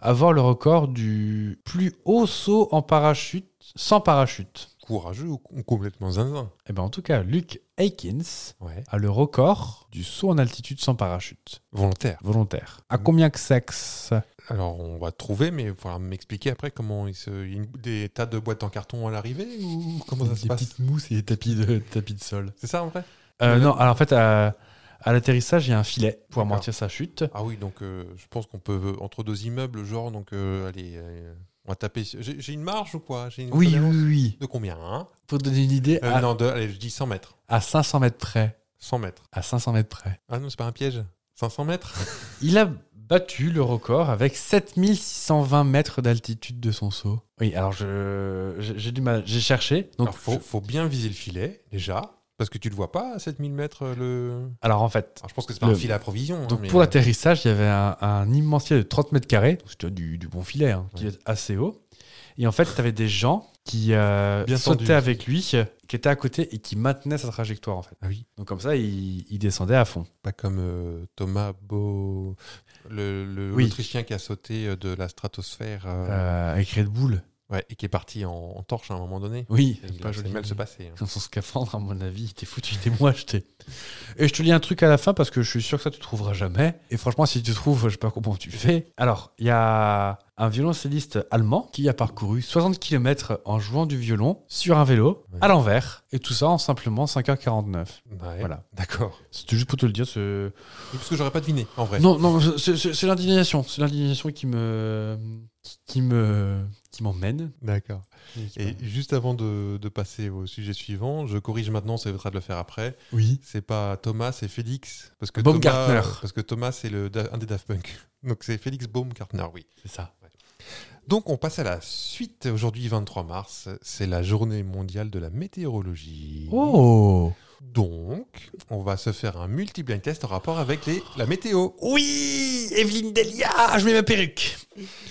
avoir le record du plus haut saut en parachute sans parachute
courageux ou ou complètement zinzin.
Eh ben, en tout cas, Luc Aikins
Ouais.
a le record du saut en altitude sans parachute
Volontaire.
volontaire. À combien que sexe
Alors, on va trouver, mais il faudra m'expliquer après comment il se. il y a une- Des tas de boîtes en carton à l'arrivée ou comment ça se
Des
passe
petites mousses et des tapis de, tapis de sol.
C'est ça en vrai
Euh,
Ouais.
non, alors en fait, à, à l'atterrissage, il y a un filet pour
D'accord.
amortir sa chute.
Ah oui, donc euh, je pense qu'on peut. Entre deux immeubles, genre, donc euh, allez, euh, on va taper. sur- J'ai j'ai une marge ou quoi J'ai une
Oui, Ah. oui,
tolérance
oui.
De combien hein
Pour te donner une idée,
Euh,
à,
Non, de- allez, je dis 100 mètres.
à 500 mètres près.
100 mètres.
À 500 mètres près.
Ah non, c'est pas un piège. 500 mètres
Il a battu le record avec 7620 mètres d'altitude de son saut. Oui, alors je- j'ai j'ai du mal. J'ai cherché. Donc
Alors, faut, faut bien viser le filet, déjà, parce que tu le vois pas à 7000 mètres. euh, Le...
alors en fait,
Alors, je pense que c'est pas
Le-
un filet à provision. hein,
Donc
mais,
pour
euh,
l'atterrissage, il y avait un, un immense filet de 30 mètres carrés, donc c'était du, du bon filet, hein, qui
Ouais.
est assez haut. Et en fait, tu avais des gens qui euh,
Bien
sautaient
tendu.
avec lui, euh, qui étaient à côté et qui maintenaient sa trajectoire en fait.
Ah oui,
Donc comme ça, il, il descendait à fond.
pas comme euh, Thomas Beau, le- le-
Oui.
l'Autrichien qui a sauté euh, de la stratosphère euh,
Euh, avec Red Bull.
ouais, et qui est parti en, en torche à un moment donné.
Oui,
Il
pas
a- c'est
joli.
mal se passer. hein.
Dans son scaphandre, à mon avis, il était foutu, il était moins acheté. Et je te lis un truc à la fin parce que je suis sûr que ça tu trouveras jamais. Et franchement, si tu trouves, je sais pas comment tu fais. Alors, il y a un violoncelliste allemand qui a parcouru 60 km en jouant du violon sur un vélo
Ouais.
à l'envers. Et tout ça en simplement 5h49.
Ouais,
Voilà.
D'accord.
C'était juste pour te le dire. ce-
Oui, Parce que j'aurais pas deviné, en vrai.
Non, non, c'est- c'est c'est l'indignation. C'est l'indignation qui me. qui- qui me. qui m'emmène.
D'accord. Et juste avant de, de passer au sujet suivant, je corrige maintenant, ça évitera de le faire après.
Oui.
C'est pas Thomas, c'est Félix. Parce que
Baumgartner.
Thomas, parce que Thomas, c'est le, da- un des Daft Punk. Donc c'est Félix Baumgartner, oui.
C'est ça.
Donc on passe à la suite. Aujourd'hui, 23 mars, c'est la journée mondiale de la météorologie.
Oh!
Donc, on va se faire un multi-blind test en rapport avec les, la météo.
Oui, Evelyne Delia, je mets ma perruque.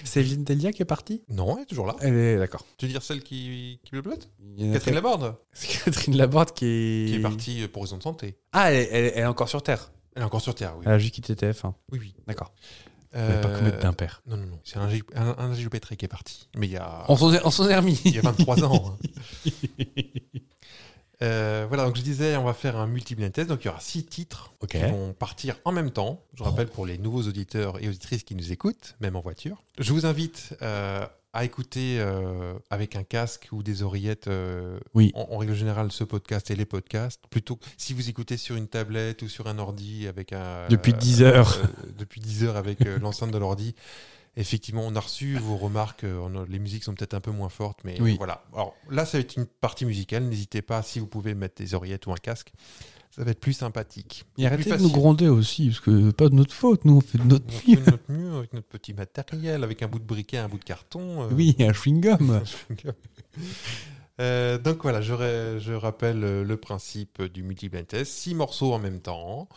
C'est Evelyne Delia qui est partie
Non, elle est toujours là.
Elle est d'accord.
Tu veux dire celle qui, qui le blotte
Il y en a
Catherine
très-
Laborde,
C'est Catherine Laborde qui est...
qui est partie euh, pour raison de santé.
Ah, elle, elle- elle est encore sur Terre.
Elle est encore sur Terre, oui.
Elle a juste quitté TF1.
Oui, oui.
D'accord.
Euh,
Ah. Elle va pas commettre d'impair.
Non, non, non. C'est un, G- un, un GPTR qui est parti. Mais il y a,
On s'en est- on s'en est remis.
il y a 23 ans. hein. Euh, voilà, donc je disais, on va faire un multi-blind test. Donc il y aura six titres
Ok.
qui vont partir en même temps. Je rappelle pour les nouveaux auditeurs et auditrices qui nous écoutent, même en voiture. Je vous invite euh, à écouter euh, avec un casque ou des oreillettes, euh,
Oui.
en, en règle générale, ce podcast et les podcasts. Plutôt que si vous écoutez sur une tablette ou sur un ordi avec un.
Depuis
euh,
10 heures.
euh, depuis 10 heures avec euh, l'enceinte de l'ordi. Effectivement, on a reçu vos remarques. euh, on a- les musiques sont peut-être un peu moins fortes, mais
Oui.
voilà. Alors là, ça va être une partie musicale. N'hésitez pas, si vous pouvez mettre des oreillettes ou un casque, ça va être plus sympathique.
Et arrêtez de
facile.
nous gronder aussi, parce que pas de notre faute, nous on fait de notre
On fait
mieux.
notre mieux avec notre petit matériel, avec un bout de briquet, un bout de carton. euh,
Oui, un chewing-gum.
Euh, donc voilà, je, ra- je rappelle euh, le principe du multi-blind test. Six morceaux en même temps,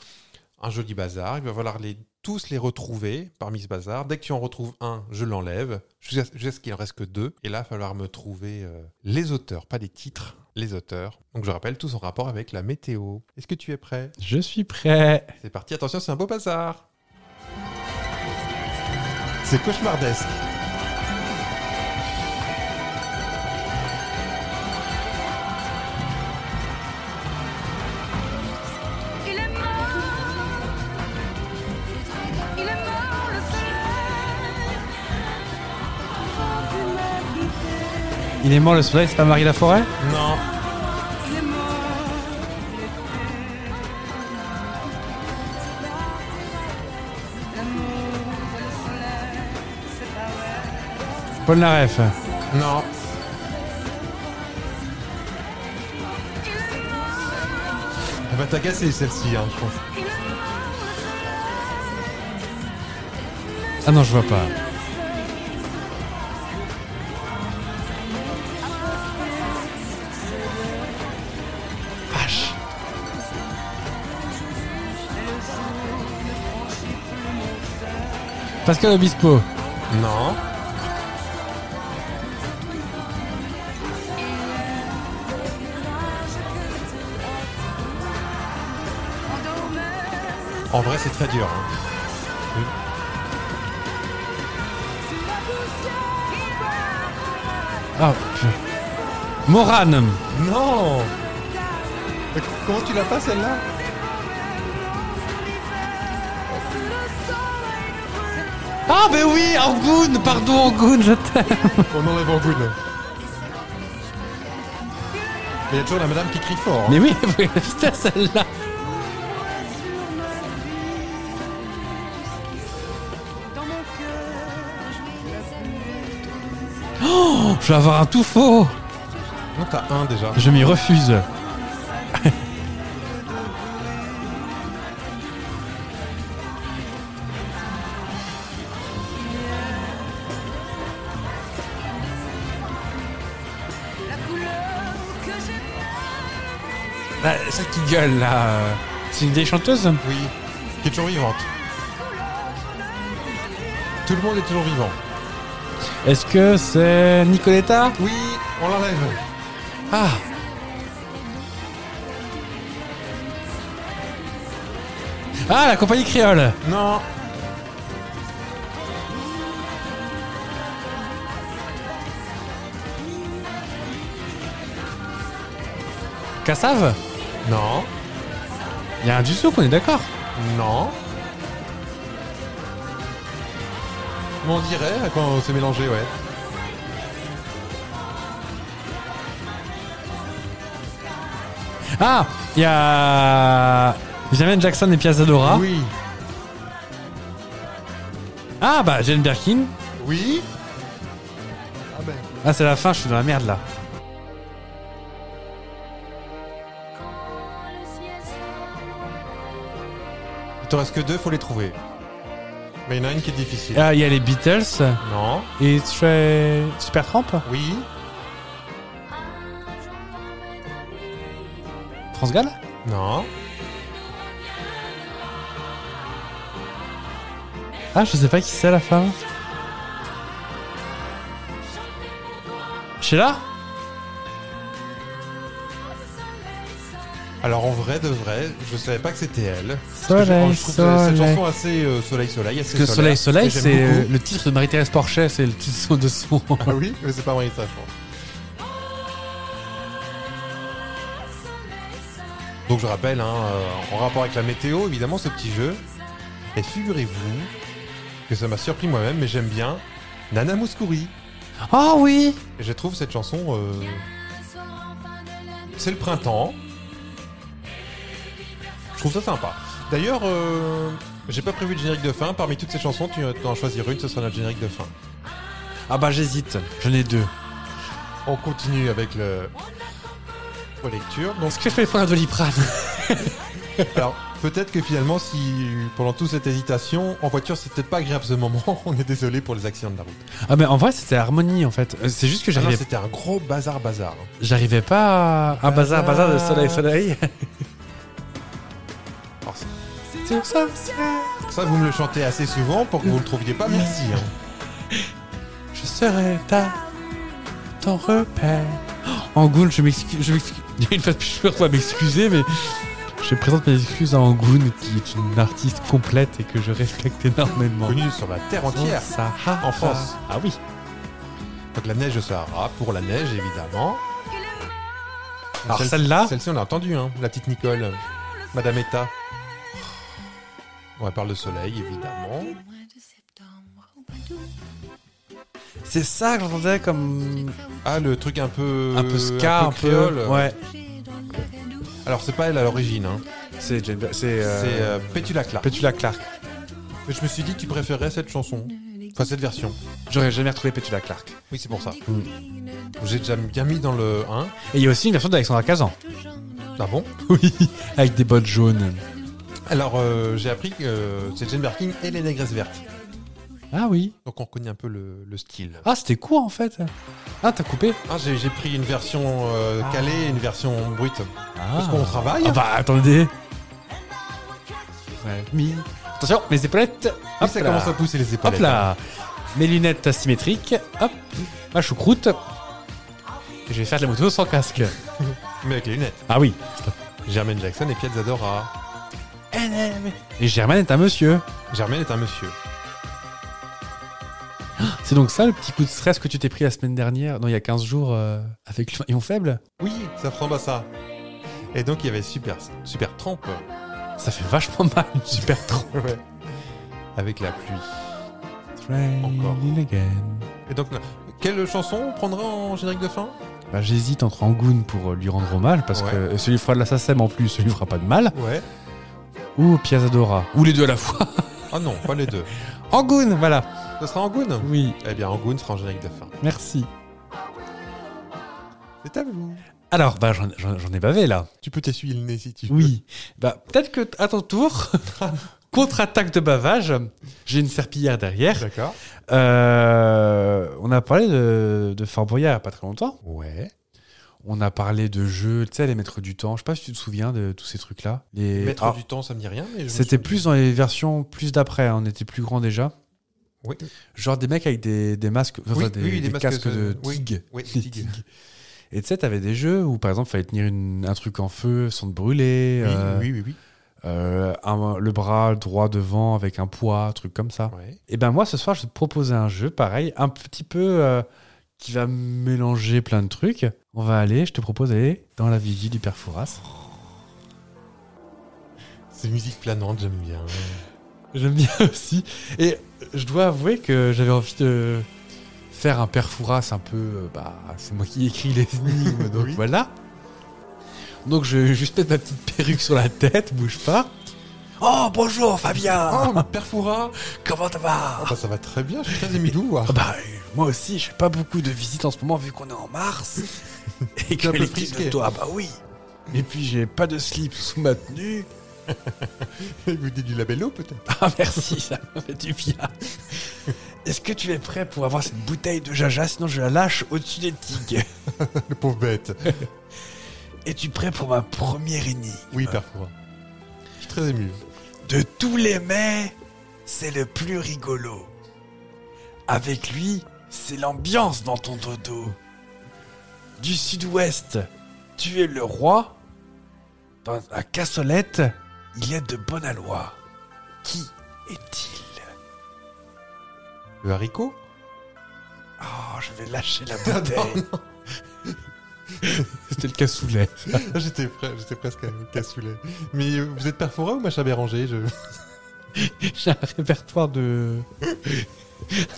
un joli bazar. Il va falloir les, tous les retrouver parmi ce bazar. Dès que tu en retrouves un, je l'enlève, jusqu'à jusqu'à ce qu'il en reste que deux. Et là, il va falloir me trouver euh, les auteurs, pas les titres, les auteurs. Donc je rappelle, tous en rapport avec la météo. Est-ce que tu es prêt
Je suis prêt.
C'est parti, attention, c'est un beau bazar. C'est cauchemardesque.
Il est mort, il est mort le soleil.
Il est mort le soleil, c'est pas Marie Laforêt
Non.
Paul Naref.
Non. Elle va t'agacer celle-ci, hein, je pense.
Ah non, je vois pas. Vache. Pascal Obispo.
Non. En vrai, c'est très dur. hein.
Ah, putain. Morane.
Non
Comment tu l'as pas celle-là Ah ben oui, Angoon, pardon Angoon, je t'aime.
On enlève en goût, là. Mais il y a toujours la madame qui crie fort. hein.
Mais oui, c'était celle-là. Oh, je vais avoir un tout faux.
Non, t'as un déjà.
Je m'y refuse. Bah, celle qui gueule là, euh, c'est une des chanteuses
Oui. Qui est toujours vivante. Tout le monde est toujours vivant.
Est-ce que c'est Nicoletta
Oui, on l'enlève.
Ah Ah, la compagnie créole
Non.
Cassave
Non.
Il y a un du qu'on est d'accord
Non. Mais on dirait à quand on s'est mélangé, ouais.
Ah Il y a. Jamel Jackson et Piazza Dora.
Oui.
Ah, bah, Jane Birkin.
Oui. Ah ben.
Ah, c'est la fin, je suis dans la merde là.
Il t'en reste que deux, faut les trouver. Mais il y en a une qui est difficile.
Ah, il y a les Beatles
Non.
et Tre- Supertramp
Oui.
France Gall
Non.
Ah, je sais pas qui c'est la femme. Sheila
Alors en vrai de vrai, je savais pas que c'était elle.
Soleil,
Parce que je, je trouve cette- cette
soleil.
chanson assez euh, soleil soleil. Assez
Parce que Soleil Soleil,
que j'aime
c'est euh,
beaucoup.
le titre de Marie-Thérèse Porchet, c'est le titre de son.
Ah oui, mais c'est pas Marie ça, je pense. Donc je rappelle, hein, euh, en rapport avec la météo, évidemment, ce petit jeu. Et figurez-vous que ça m'a surpris moi-même, mais j'aime bien Nana Mouskouri.
Ah oui
Et je trouve cette chanson. euh, C'est le printemps. Je trouve ça sympa. D'ailleurs, euh, j'ai pas prévu de générique de fin. Parmi toutes ces chansons, tu tu en choisir une, ce sera notre générique de fin.
Ah bah j'hésite, j'en ai deux.
On continue avec le. Relecture. Donc,
Est-ce que je peux prendre un doliprane
alors, peut-être que finalement, si pendant toute cette hésitation, en voiture, c'est peut-être pas agréable ce moment. On est désolé pour les accidents de la route.
Ah mais en vrai c'était harmonie en fait. Euh, C'est juste que
Ah non,
j'arrivais,
C'était un gros bazar, bazar. hein.
j'arrivais pas à... Ah bazar, bazar de soleil, soleil.
Alors, c'est- ça, vous me le chantez assez souvent pour que vous le trouviez pas. Merci. hein.
Je serai ta... ton repère. Oh, Angoun, je m'excuse, je m'excuse. Il y a une fois de plus, je dois m'excuser, mais je présente mes excuses à Angoun, qui est une artiste complète et que je respecte énormément.
Connu sur la terre entière.
Ça,
En France.
Ah oui.
Donc la neige au Sahara, pour la neige évidemment.
Alors,
Celle-
celle-là
Celle-ci on l'a entendue, hein, la petite Nicole, euh, Madame Eta. On parle de soleil évidemment.
C'est ça que j'entendais comme
Ah le truc un peu euh,
un peu ska, un peu.
créole.
Ouais.
Alors c'est pas elle à l'origine, hein.
C'est Jane- c'est
c'est
euh,
euh, Petula Clark.
Petula Clark.
Mais je me suis dit que tu préférais cette chanson, enfin cette version.
J'aurais jamais retrouvé Petula Clark.
Oui c'est pour ça.
Mm.
J'ai déjà bien mis dans le 1.
Et il y a aussi une version d'Alexandra Kazan.
Ah bon
Oui, avec des bottes jaunes.
Alors euh, j'ai appris que euh, c'est Jane Birkin et les négresses vertes.
Ah oui.
Donc on connaît un peu le- le style.
Ah, c'était court en fait. Ah, t'as coupé
Ah, j'ai j'ai pris une version euh,
Ah.
calée et une version brute.
Ah.
Parce qu'on travaille.
Ah bah attendez. Mi. Attention, mes épaulettes.
Et
Hop
ça
là.
commence à pousser les épaules.
Hop là. Mes lunettes asymétriques. Hop. Ma choucroute. Et je vais faire de la moto sans casque.
Mais avec les lunettes.
Ah oui.
Germaine Jackson et Piazza Dora.
Et Germaine est un monsieur.
Germaine est un monsieur.
C'est donc ça le petit coup de stress que tu t'es pris la semaine dernière, non, il y a 15 jours, euh, avec le maillon faible
Oui, ça ressemble à ça. Et donc il y avait Super, super Tramp
Ça fait vachement mal, une super trompe.
avec la pluie.
Encore.
Et donc, quelle chanson on prendra en générique de fin
Bah, J'hésite entre Angoon pour euh, lui rendre hommage, parce
Ouais.
que celui fera de la SACEM en plus, celui fera pas de mal,
Ouais.
ou Piazzadora, ou les deux à la fois.
Ah non, pas les deux.
Angoon, voilà.
Ce sera Angoon
Oui,
Eh bien, Angoon sera en générique de fin.
merci.
C'est à vous.
Alors, bah, j'en- j'en j'en ai bavé là.
Tu peux t'essuyer le nez si tu veux.
Oui. Bah, peut-être que à ton tour, contre-attaque de bavage, j'ai une serpillière derrière.
D'accord.
Euh, on a parlé de, de Fort Boyard il y a pas très longtemps.
Ouais.
On a parlé de jeux, tu sais, les maîtres du temps. Je sais pas si tu te souviens de tous ces trucs-là. Les...
Maître
Alors,
du temps, ça me dit rien. mais je me
ah. C'était
souviens.
plus dans les versions plus d'après. hein. On était plus grands déjà.
Oui.
Genre des mecs avec des, des masques, enfin,
Oui,
des,
oui, des
des
masques,
casques
euh,
de
oui.
tigre.
Oui,
Des
Tig.
tigres. Et tu sais, t'avais des jeux où par exemple, fallait tenir une- un truc en feu sans te brûler.
Oui,
euh,
oui, oui, oui.
euh, un- le bras droit devant avec un poids, un truc comme ça.
Ouais.
Et ben moi ce soir je vais te proposer un jeu pareil, un petit peu euh, qui va mélanger plein de trucs. On va aller, je te propose d'aller dans la vigie du père Fouras.
C'est musique planante, j'aime bien.
Ah. J'aime bien aussi. Et euh, je dois avouer que j'avais envie de faire un père Fouras un peu, euh, bah c'est moi qui écris les énigmes, donc
Oui.
voilà. Donc je vais juste mettre ma petite perruque sur la tête, bouge pas. Oh bonjour Fabien,
Oh, Perfura
comment ça va
Ah bah ça va très bien, je suis très ému de vous voir.
Ah bah, euh, moi aussi, j'ai pas beaucoup de visites en ce moment vu qu'on est en mars. et que
un peu
les prises
frisqué.
de toi, bah oui. Et puis j'ai pas de slip sous ma tenue.
Vous dites du labello peut-être
Ah merci, ça me fait du bien. Est-ce que tu es prêt pour avoir cette bouteille de jaja Sinon je la lâche au-dessus des tigres.
Le pauvre bête.
Es-tu prêt pour ma première énigme
Oui, Perfura. Je suis très ému.
De tous les mets, c'est le plus rigolo. Avec lui, c'est l'ambiance dans ton dodo. Du sud-ouest, tu es le roi. Dans, à Cassolette, il est de bonne aloi. Qui est-il
Le haricot
Oh, je vais lâcher la bouteille. C'était le cassoulet.
J'étais prêt, j'étais presque à- cassoulet. Mais euh, vous êtes Perfura ou Macha Béranger je...
J'ai un répertoire de.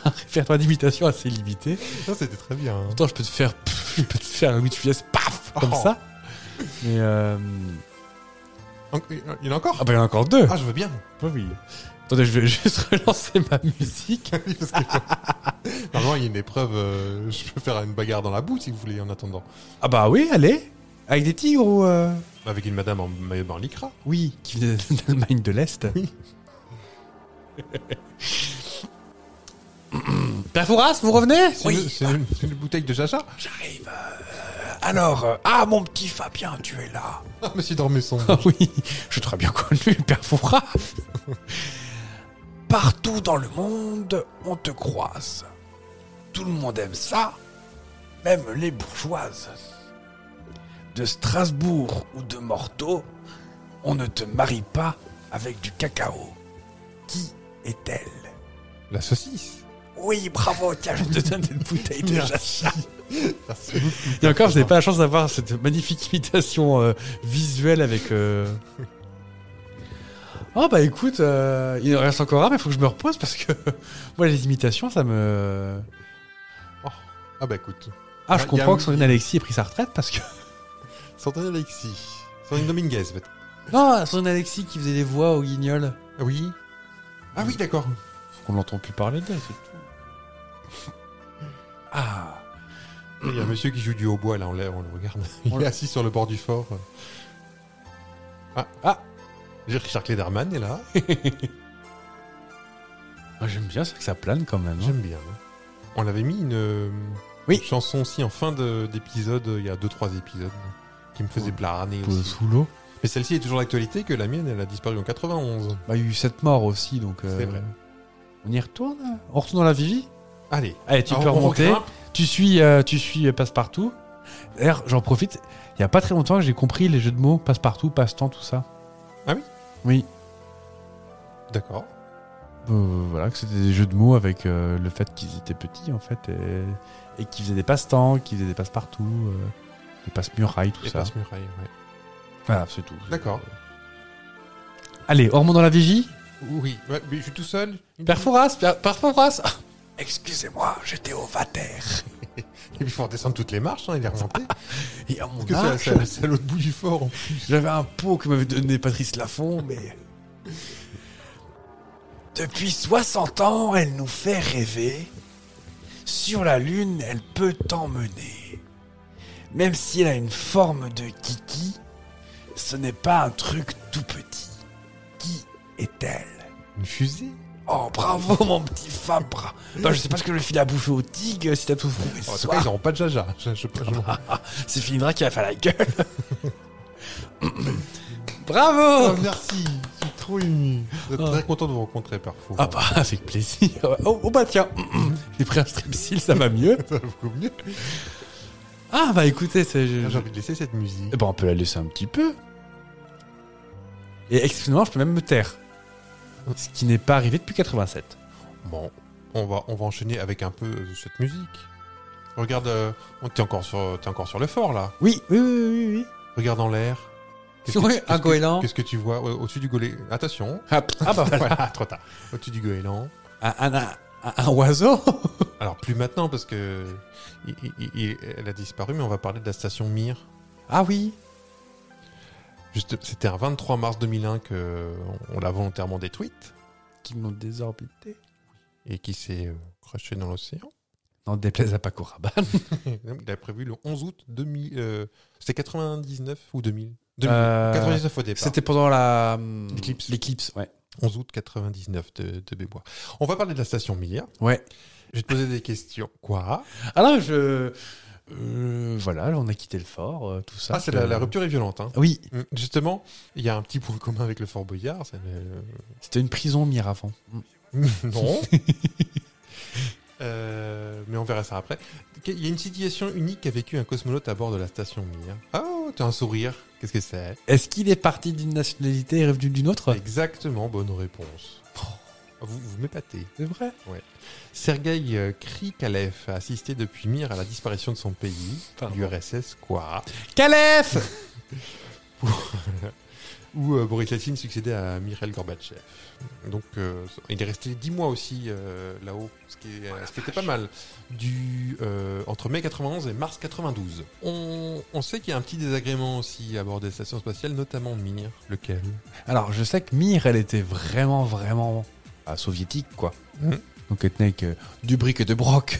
un répertoire d'imitation assez limité.
Non, c'était très bien. hein.
Pourtant, je peux te faire, pff, je peux te faire un Louis de Funès, paf, comme
Oh.
ça. Mais euh...
En- Il y en a encore
ah bah il y en a encore deux.
Ah, je veux bien.
oui, oui. Attendez, je vais juste relancer ma musique.
Oui, parce que- Normalement, il y a une épreuve. euh, je peux faire une bagarre dans la boue si vous voulez en attendant.
Ah bah oui, allez. Avec des tigres ou euh,
Avec une madame en maillot bain lycra.
oui, qui venait d'Allemagne de l'Est. Oui. Perfouras, vous revenez
C'est une- c'est une, c'est une bouteille de jaja.
j'arrive. euh, Alors, euh, ah mon petit Fabien, tu es là.
Ah, monsieur Dormesson.
Ah oui, je suis très bien connu, Père Fouras. Partout dans le monde, on te croise. Tout le monde aime ça, même les bourgeoises. De Strasbourg ou de Morteau, on ne te marie pas avec du cacao. Qui est-elle
La saucisse.
Oui, bravo, tiens, je te donne une bouteille de jaja.
Merci beaucoup.
Et encore, je n'ai pas la chance d'avoir cette magnifique imitation euh, visuelle avec. euh, Oh bah écoute, euh, il en reste encore un, mais il faut que je me repose parce que moi les imitations, ça me.
Ah, bah écoute.
Ah, je
Ouais, y a
comprends
un-
que Sandrine Alexis ait pris sa retraite parce que.
Sandrine Alexis. Sandrine Dominguez, peut-être.
Non, Sandrine Alexis qui faisait des voix au guignol.
Ah Oui. Ah oui, d'accord.
On l'entend plus parler d'elle, c'est tout. Ah,
Il y a un monsieur qui joue du hautbois, là, on, l'a- on le regarde. Il est assis sur le bord du fort. Ah, ah Richard Klederman est là.
Ah, j'aime bien ça que ça plane quand même. hein.
J'aime bien. On l'avait mis une, euh,
Oui.
une chanson aussi en fin de- d'épisode, il y a 2-3 épisodes, qui me faisait planer
Euh,
aussi.
Sous l'eau.
Mais celle-ci est toujours d'actualité que la mienne, elle a disparu en 91.
Bah, il y a eu sept morts aussi, donc. euh,
C'est vrai.
On y retourne hein. On retourne dans la Ah, Vivi
Allez.
Allez, Eh, tu
Alors,
peux
on
remonter.
grimpe.
Tu suis, euh, tu suis euh, Passepartout. D'ailleurs, j'en profite. Il y a pas très longtemps que j'ai compris les jeux de mots Passepartout, Passe-temps, tout ça.
Ah oui
Oui.
D'accord.
Euh, voilà, que c'était des jeux de mots avec euh, le fait qu'ils étaient petits, en fait, et, et qu'ils faisaient des passe-temps, qu'ils faisaient des passe-partout, euh, des passe-murailles, tout
Et
ça.
passe muraille, ouais.
Voilà, c'est tout.
D'accord.
Allez, Ormond dans la vigie
Oui, ouais, mais je suis tout seul.
Perforas, per- Perforas Ah, Excusez-moi, j'étais au Vater.
Et puis il faut redescendre toutes les marches, hein, il est remonté.
Et à mon
Parce que c'est-
âge,
c'est- c'est à l'autre bout du fort. en plus.
j'avais un pot que m'avait donné Patrice Laffont, mais... Depuis 60 ans, elle nous fait rêver. Sur la Lune, elle peut t'emmener. Même si elle a une forme de kiki, ce n'est pas un truc tout petit. Qui est-elle
Une fusée
Oh bravo mon petit Fabre bah, Je sais pas ce que le fil à bouffer au tigre si t'as tout trouvé ce
En tout
soir.
cas, ils n'auront pas de jaja. Je, je- je-
C'est Philindra qui va faire la gueule Bravo
Oh, merci, je suis trop ému. Vous êtes
Ah.
très content de vous rencontrer parfois.
Ah bah avec plaisir Oh, oh, bah tiens J'ai pris un strepsil, ça va mieux
Ça va beaucoup mieux.
Ah bah écoutez, c'est... je-
J'ai envie de laisser cette musique.
Eh bah on peut la laisser un petit peu Et exceptionnellement, je peux même me taire. Ce qui n'est pas arrivé depuis 87.
ben, Bon, on va, on va enchaîner avec un peu de cette musique. Regarde, euh, on- t'es encore, sur- t'es encore sur le fort là.
Oui, oui, oui, oui,
Regarde en l'air. Qu'est-ce
Oui,
que-
un
qu'est-ce que-
goéland.
Qu'est-ce que tu vois au- au-dessus du goéland Attention.
Ah, p- ah, bah voilà
voilà, trop tard. Au-dessus du goéland.
un, un- un- un oiseau
Alors plus maintenant parce que il- il- il- elle a disparu, mais on va parler de la station Mir.
Ah oui
Juste, c'était un 23 mars 2001 que on, on l'a volontairement détruite
Qui m'ont désorbité.
et qui s'est euh, crachée dans l'océan.
N'en déplaise à Paco Rabanne.
il a prévu le 11 août 2000. euh, c'était 99 ou 2000. 2000,
Euh,
99 au départ.
C'était pendant la hum,
L'éclipse.
L'éclipse, ouais.
11 août 99 de, de Bébois. On va parler de la station Mir.
Ouais.
Je vais te poser des questions. Quoi
Ah non, je euh, voilà, là, on a quitté le fort, euh, tout ça.
Ah, c'est la,
Euh,
la rupture est violente. hein.
Oui,
Mm, Justement, il y a un petit point commun avec le Fort Boyard. c'est le-
c'était une prison mire avant. Mm.
non. Euh, mais on verra ça après. Il y a une situation unique qu'a vécu un cosmonaute à bord de la station Mir. Oh, t'as un sourire. Qu'est-ce que c'est
Est-ce qu'il est parti d'une nationalité et revenu d'une autre
Exactement, bonne réponse. Oh, Vous, vous m'épatez.
C'est vrai.
Sergei euh, Krikalev a assisté depuis Mir à la disparition de son pays,
Pardon.
l'URSS quoi
Calef
où euh, Boris Yeltsin succédait à Mikhail Gorbatchev. Donc euh, il est resté 10 mois aussi euh, là-haut, ce qui, est- ce qui était pas mal, du, euh, entre mai 91 et mars 92. On, on sait qu'il y a un petit désagrément aussi à bord des stations spatiales, notamment Mir. Lequel
Alors, je sais que Mire, elle était vraiment, vraiment ah, soviétique, quoi.
Mhm.
Donc, elle tenait avec euh, du brick et de broc.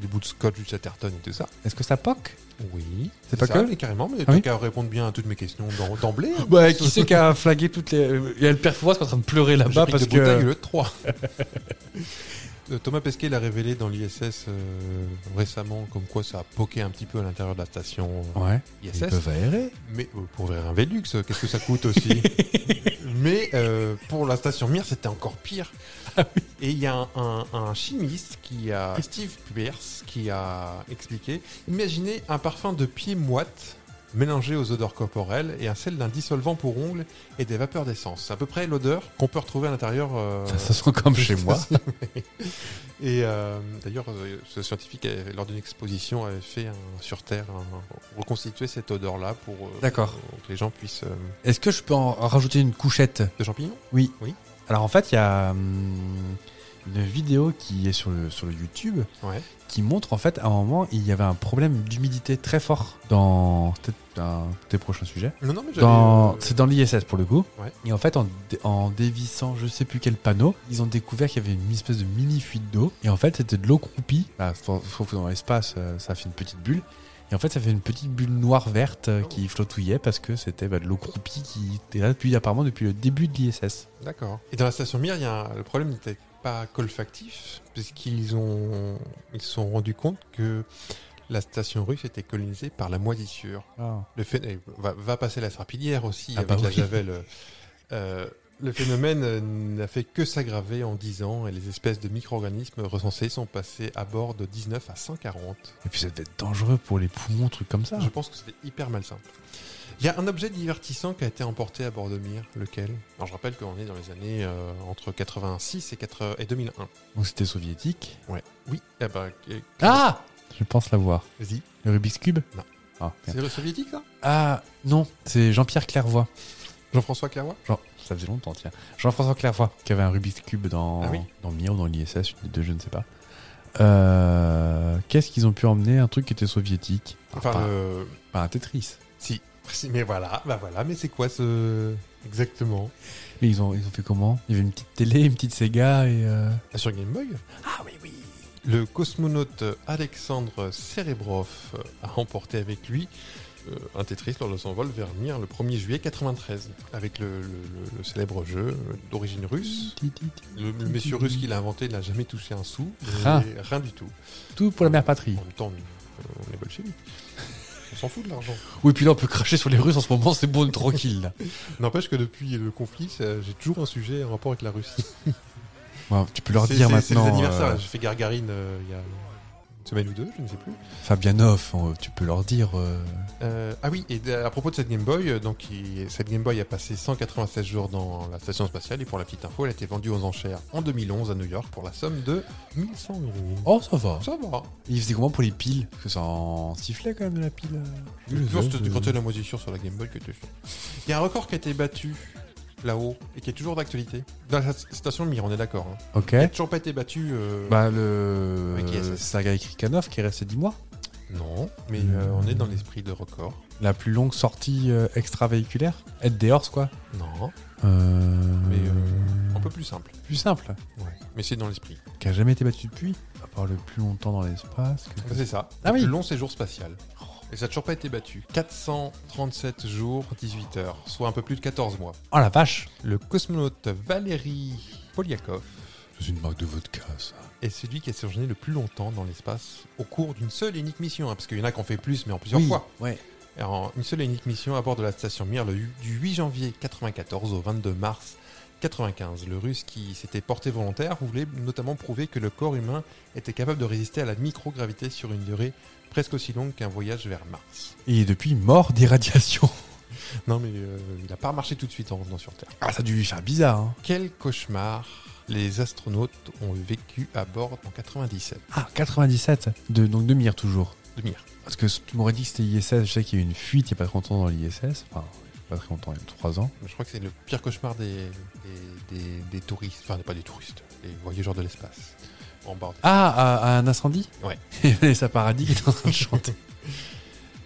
Du bout de Scott du Chatterton et tout ça.
Est-ce que ça poque
Oui.
C'est pas
ça,
cool
mais Carrément, mais
Ah oui Ah,
t'as qu'à répondre bien à toutes mes questions d'en- d'emblée.
Ouais, Bah, qui c'est qui a flagué toutes les. Il y a le perforas qui est en train de pleurer là-bas
Patrick
bah, parce
de Bretagne,
que.
le 3. Euh, Thomas Pesquet l'a révélé dans l'ISS euh, récemment, comme quoi ça a poqué un petit peu à l'intérieur de la station euh,
Ouais.
ISS.
Ils peuvent aérer.
Mais euh, pour ouvrir un Velux, euh, qu'est-ce que ça coûte aussi Mais euh, pour la station Mir, c'était encore pire. Et il y a un, un- un chimiste qui a Steve Pierce qui a expliqué imaginez un parfum de pied moite mélangé aux odeurs corporelles et à celle d'un dissolvant pour ongles et des vapeurs d'essence. C'est à peu près l'odeur qu'on peut retrouver à l'intérieur. euh,
Ça, ça sent comme chez moi.
et euh, d'ailleurs, euh, ce scientifique, avait- lors d'une exposition, avait fait un- sur Terre un- reconstituer cette odeur-là pour euh,
D'accord.
que les gens puissent. euh,
Est-ce que je peux en rajouter une couchette
de champignons
Alors en fait, il y a hum, une vidéo qui est sur le, sur le YouTube
Ouais.
qui montre en fait à un moment il y avait un problème d'humidité très fort dans peut-être un des prochains sujets.
Non, non, mais j'avais.
Dans,
euh,
c'est dans l'ISS pour le coup.
Ouais.
Et en fait, en, dé- en dévissant je sais plus quel panneau, ils ont découvert qu'il y avait une espèce de mini fuite d'eau. Et en fait, c'était de l'eau croupie. Bah, faut, faut que dans l'espace, euh, ça fait une petite bulle. Et en fait, ça fait une petite bulle noire-verte
Oh.
euh, qui flottouillait parce que c'était bah, de l'eau croupie qui était là depuis apparemment depuis le début de l'ISS.
D'accord. Et dans la station Mir, il y a un- le problème n'était pas colfactif, puisqu'ils ont ils se sont rendus compte que la station russe était colonisée par la moisissure. Le phé- eh, va, va passer la serpillière aussi
Ah
avec
bah
la
oui.
javel. euh, euh, le phénomène euh, n'a fait que s'aggraver en 10 ans et les espèces de micro-organismes recensés sont passées à bord de 19 à 140.
Et puis ça devait être dangereux pour les poumons, truc comme ça.
Je pense que c'était hyper malsain. Il y a un objet divertissant qui a été emporté à bord de Mir, lequel Alors je rappelle qu'on est dans les années euh, entre 86 et, 80 et 2001.
Donc c'était soviétique.
Ouais. Oui. Ah bah, euh,
Ah Je pense l'avoir.
vas-y.
Le Rubik's Cube
Non.
Ah
Ah, merde.
C'est le soviétique, ça
Ah, non, c'est Jean-Pierre Clairvoy.
Jean-François Clairvoy
Jean- ça faisait longtemps, tiens. Jean-François Clairvoy, qui avait un Rubik's Cube dans,
Ah oui.
dans Mia ou dans l'ISS, une des deux, je ne sais pas. Euh, Qu'est-ce qu'ils ont pu emmener Un truc qui était soviétique.
Enfin,
pas,
euh,
pas un Tetris.
si. Si, Mais voilà, bah voilà, mais c'est quoi ce. Exactement.
Mais ils ont, ils ont fait comment Il y avait une petite télé, une petite Sega et. euh,
Ah, Sur Game Boy
Ah oui, oui
Le cosmonaute Alexandre Serebrov a emporté avec lui euh, un Tetris lors de son vol vers Mir le 1er juillet 93 avec le, le- le- le célèbre jeu euh, d'origine russe.
Ti, ti, ti.
Le, le monsieur russe qui l'a inventé n'a jamais touché un sou, et
Rien.
rien du tout.
Tout pour la mère patrie.
En même temps, on- on est bolchevique. On s'en fout de l'argent.
Oui, puis là, on peut cracher sur les Russes en ce moment, c'est bon, tranquille. là.
N'empêche que depuis le conflit, ça- j'ai toujours un sujet en rapport avec la Russie.
Ouais, tu peux leur
C'est-
dire
c'est-
maintenant.
C'est les anniversaires.
euh,
J'ai fait Gargarine euh, il y a une semaine ou deux, je ne sais plus.
euh, Fabianov, on- tu peux leur dire. euh,
Euh, ah oui, et d- à propos de cette Game Boy, euh, donc il- cette Game Boy a passé 196 jours dans la station spatiale et pour la petite info, elle a été vendue aux enchères en 2011 à New York pour la somme de 1100 euros.
Oh, ça va.
Ça va.
Il faisait comment pour les piles Parce que ça en sifflait quand même de la pile. euh.
Le
sais,
plus
je-
quand tu as la moisissure sur la Game Boy que tu Il y a un record qui a été battu là-haut et qui est toujours d'actualité. Dans la station Mir, on est d'accord. hein.
Ok.
Il n'a toujours pas été battu. euh,
Bah, le.
Avec ISS.
Sergei Krikanov qui est resté 10 mois.
Non, mais euh, on est dans l'esprit de record.
La plus longue sortie euh, extravéhiculaire Être des horses, quoi.
Non,
Euh,
mais euh, un peu plus simple.
Plus simple.
Mais c'est dans l'esprit.
Qui a jamais été battu depuis. À part le plus longtemps dans l'espace. que-
Bah, C'est ça.
Ah
Le
oui.
plus long séjour spatial. Et ça n'a toujours pas été battu. 437 jours, 18 heures, soit un peu plus de 14 mois.
Oh la vache
Le cosmonaute Valéry Polyakov
C'est une marque de vodka, ça.
est celui qui a séjourné le plus longtemps dans l'espace au cours d'une seule et unique mission, hein, parce qu'il y en a qui ont fait plus, mais en plusieurs fois.
Ouais.
Et en une seule et unique mission à bord de la station Mir le, hu- du 8 janvier 94 au 22 mars 95. Le russe qui s'était porté volontaire voulait notamment prouver que le corps humain était capable de résister à la microgravité sur une durée presque aussi longue qu'un voyage vers Mars.
Et depuis, mort d'irradiation.
Non mais euh, il n'a pas marché tout de suite en revenant sur Terre.
Ah, ça a dû lui faire bizarre, hein.
Quel cauchemar les astronautes ont vécu à bord en 97
Ah, 97. De, donc de mire toujours.
de Mir.
Parce que tu m'aurais dit que c'était ISS. Je sais qu'il y a eu une fuite il n'y a pas très longtemps dans l'ISS. Enfin, pas très longtemps, il y a 3 ans.
Je crois que c'est le pire cauchemar des, des, des- des touristes, enfin pas des touristes, des voyageurs de l'espace en bord
Ah, à, à un incendie
Ouais.
Et sa paradis qui est en train de chanter.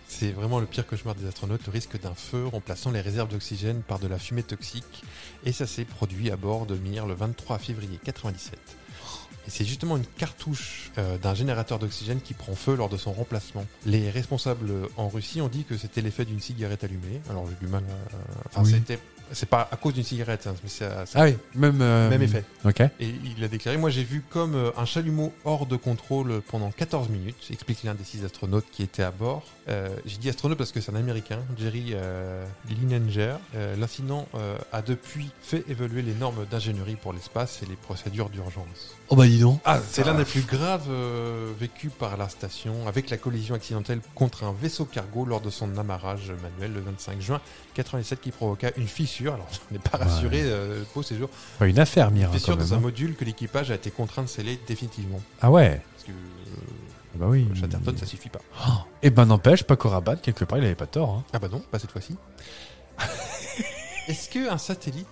C'est vraiment le pire cauchemar des astronautes, le risque d'un feu remplaçant les réserves d'oxygène par de la fumée toxique. Et ça s'est produit à bord de Mir le 23 février 97. Et c'est justement une cartouche euh, d'un générateur d'oxygène qui prend feu lors de son remplacement. Les responsables euh, en Russie ont dit que c'était l'effet d'une cigarette allumée. Alors j'ai du mal à... Enfin
Oui.
c'était... C'est pas à cause d'une cigarette, hein, mais c'est
Ah oui, même, euh,
même effet.
Ok.
Et il a déclaré Moi, j'ai vu comme euh, un chalumeau hors de contrôle pendant 14 minutes, explique l'un des six astronautes qui était à bord. Euh, j'ai dit astronaute parce que c'est un américain, Jerry euh, Linenger. Euh, L'incident euh, a depuis fait évoluer les normes d'ingénierie pour l'espace et les procédures d'urgence.
Oh bah dis donc.
Ah, c'est l'un des plus graves euh, vécus par la station avec la collision accidentelle contre un vaisseau cargo lors de son amarrage manuel le 25 juin 97 qui provoqua une fissure. Alors, on n'est pas
Ouais.
rassuré, euh, beau séjour.
Pas une affaire, Mira.
Fait
Quand
sûr
même,
dans un
hein.
module que l'équipage a été contraint de sceller définitivement.
Ah ouais.
Parce que
Ah Bah oui.
euh, Chatterton, ça suffit pas.
Et ben n'empêche, Paco Rabanne, quelque part, il avait pas tort. hein.
Ah bah non, pas cette fois-ci. Est-ce qu'un satellite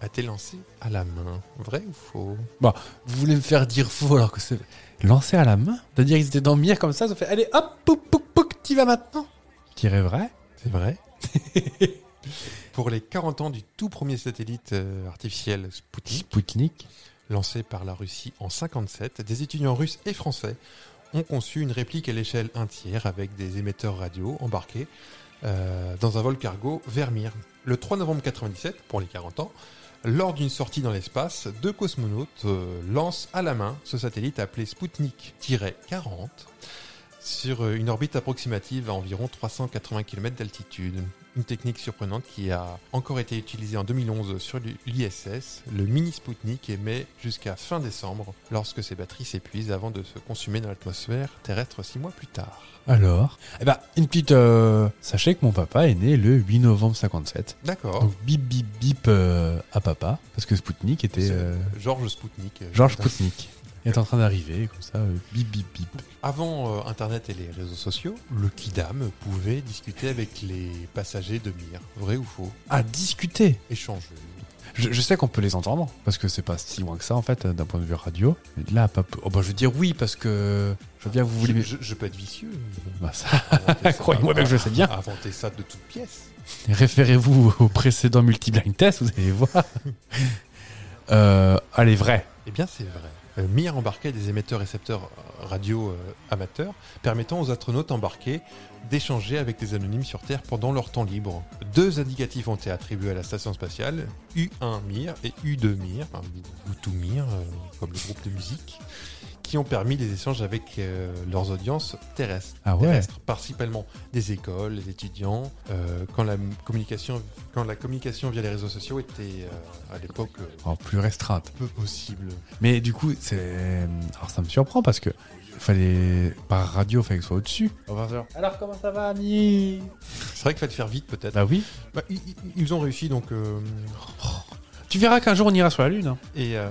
a été lancé à la main Vrai ou faux
Vous voulez me faire dire faux alors que c'est. Lancé à la main C'est-à-dire qu'ils étaient dans le mire comme ça, ils ont fait Allez hop, pouc, pouc, pouc, t'y vas maintenant Je dirais vrai.
C'est vrai. Pour les 40 ans du tout premier satellite euh, artificiel Sputnik,
Spoutnik.
lancé par la Russie en 57, des étudiants russes et français ont conçu une réplique à l'échelle 1 tiers avec des émetteurs radio embarqués euh, dans un vol cargo vers Mir. Le 3 novembre 97, pour les 40 ans, lors d'une sortie dans l'espace, deux cosmonautes euh, lancent à la main ce satellite appelé Sputnik-40 sur euh, une orbite approximative à environ 380 km d'altitude. Une technique surprenante qui a encore été utilisée en 2011 sur l'ISS, le mini Sputnik émet jusqu'à fin décembre lorsque ses batteries s'épuisent avant de se consumer dans l'atmosphère terrestre six mois plus tard.
Alors Eh ben, une petite. euh, Sachez que mon papa est né le 8 novembre 57.
D'accord.
Donc bip bip bip euh, à papa. Parce que Spoutnik était.
C'est,
euh,
Georges Spoutnik.
Georges Poutnik. est en train d'arriver, comme ça, euh, bip bip bip.
Avant euh, Internet et les réseaux sociaux, le Kidam pouvait discuter avec les passagers de Mir. Vrai ou faux
À discuter
Échanger.
Je, je sais qu'on peut les entendre, parce que c'est pas si loin que ça, en fait, euh, d'un point de vue radio. Mais de là, à pas... p- Oh, bah, je veux dire oui, parce que... Je veux bien vous voulez...
Je, je- je peux être vicieux.
Bah, ça,
Inventer ça- Ah,
Croyez-moi bien que je sais bien.
Inventer ça de toutes pièces.
Référez-vous au précédent multi-blind test, vous allez voir. Euh, allez, vrai.
Eh bien, c'est vrai. Euh, Mir embarquait des émetteurs-récepteurs euh, radio euh, amateurs, permettant aux astronautes embarqués d'échanger avec des anonymes sur Terre pendant leur temps libre. Deux indicatifs ont été attribués à la station spatiale, U1 Mir et U2 Mir, enfin, ou tout Mir, euh, comme le groupe de musique, qui ont permis des échanges avec euh, leurs audiences terrestres.
Ah ouais.
Terrestres, principalement des écoles, des étudiants, euh, quand, la communication, quand la communication via les réseaux sociaux était euh, à l'époque euh,
Alors, plus restreinte.
peu possible.
Mais du coup, c'est... Alors, ça me surprend, parce que... Fallait... Par radio, fallait que ce soit au-dessus. Alors, comment ça va, ami
C'est vrai qu'il fallait faire vite peut-être.
Bah oui.
Bah, i- i- ils ont réussi donc. euh,
Tu verras qu'un jour, on ira sur la Lune. hein.
et euh,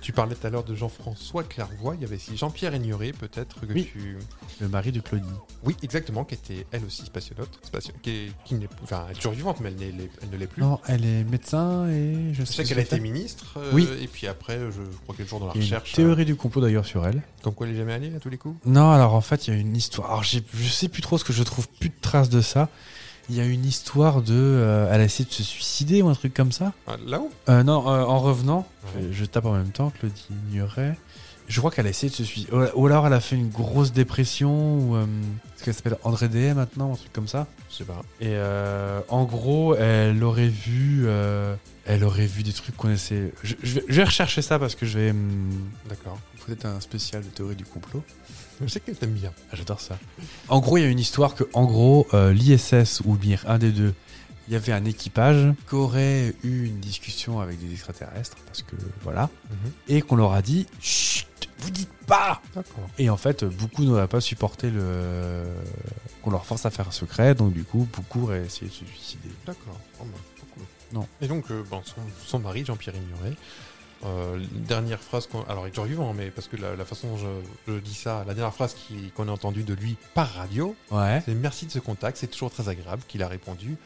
tu parlais tout à l'heure de Jean-François Clairvoy. Il y avait aussi Jean-Pierre Ignoré peut-être que
Oui.
tu.
Le mari de Claudie.
Oui, exactement, qui était elle aussi spationaute, spatio- qui, est- qui n'est, enfin, elle est toujours vivante, mais elle, n'est- elle ne l'est plus.
Non, elle est médecin et je
Je
sais
sais
ce
qu'elle a été
fait.
ministre. euh,
Oui.
Et puis après, je, je crois qu'elle est toujours dans la
Il y a une
recherche. euh,
théorie du complot d'ailleurs sur elle.
comme quoi, elle est jamais allée à tous les coups.
Non, alors en fait, il y a une histoire. Alors, j'ai- je sais plus trop ce que je trouve plus de traces de ça. Il y a une histoire de. euh, elle a essayé de se suicider ou un truc comme ça.
Ah, là-haut.
Euh, non, euh, en revenant,
Ouais.
je, je tape en même temps, Claudie Ignoret. Je crois qu'elle a essayé de se suicider. Ou- Ou alors elle a fait une grosse dépression. Ou, euh, ce qu'elle s'appelle André D maintenant, un truc comme ça.
Je sais pas.
Et euh, en gros, elle aurait vu, euh, elle aurait vu des trucs qu'on essaie. Je, je vais, je vais rechercher ça parce que je vais hum,
D'accord.
peut-être un spécial de théorie du complot.
Je sais qu'elle t'aime bien.
Ah, J'adore ça. En gros, il y a une histoire que, en gros, euh, l'ISS ou Mir, un des deux, il y avait un équipage qui aurait eu une discussion avec des extraterrestres parce que voilà,
Mhm.
et qu'on leur a dit, chut, vous dites pas.
D'accord.
Et en fait, beaucoup n'auraient pas supporté le qu'on leur force à faire un secret, donc du coup, beaucoup auraient essayé de se suicider.
D'accord. Oh, bah, trop cool.
Non.
Et donc, euh, bon, son, son mari, Jean-Pierre Ignoré, euh, dernière phrase qu'on. Alors, il est toujours vivant, hein, mais parce que la, la façon dont je, je dis ça, la dernière phrase qui- qu'on a entendue de lui par radio,
Ouais.
c'est merci de ce contact, c'est toujours très agréable qu'il a répondu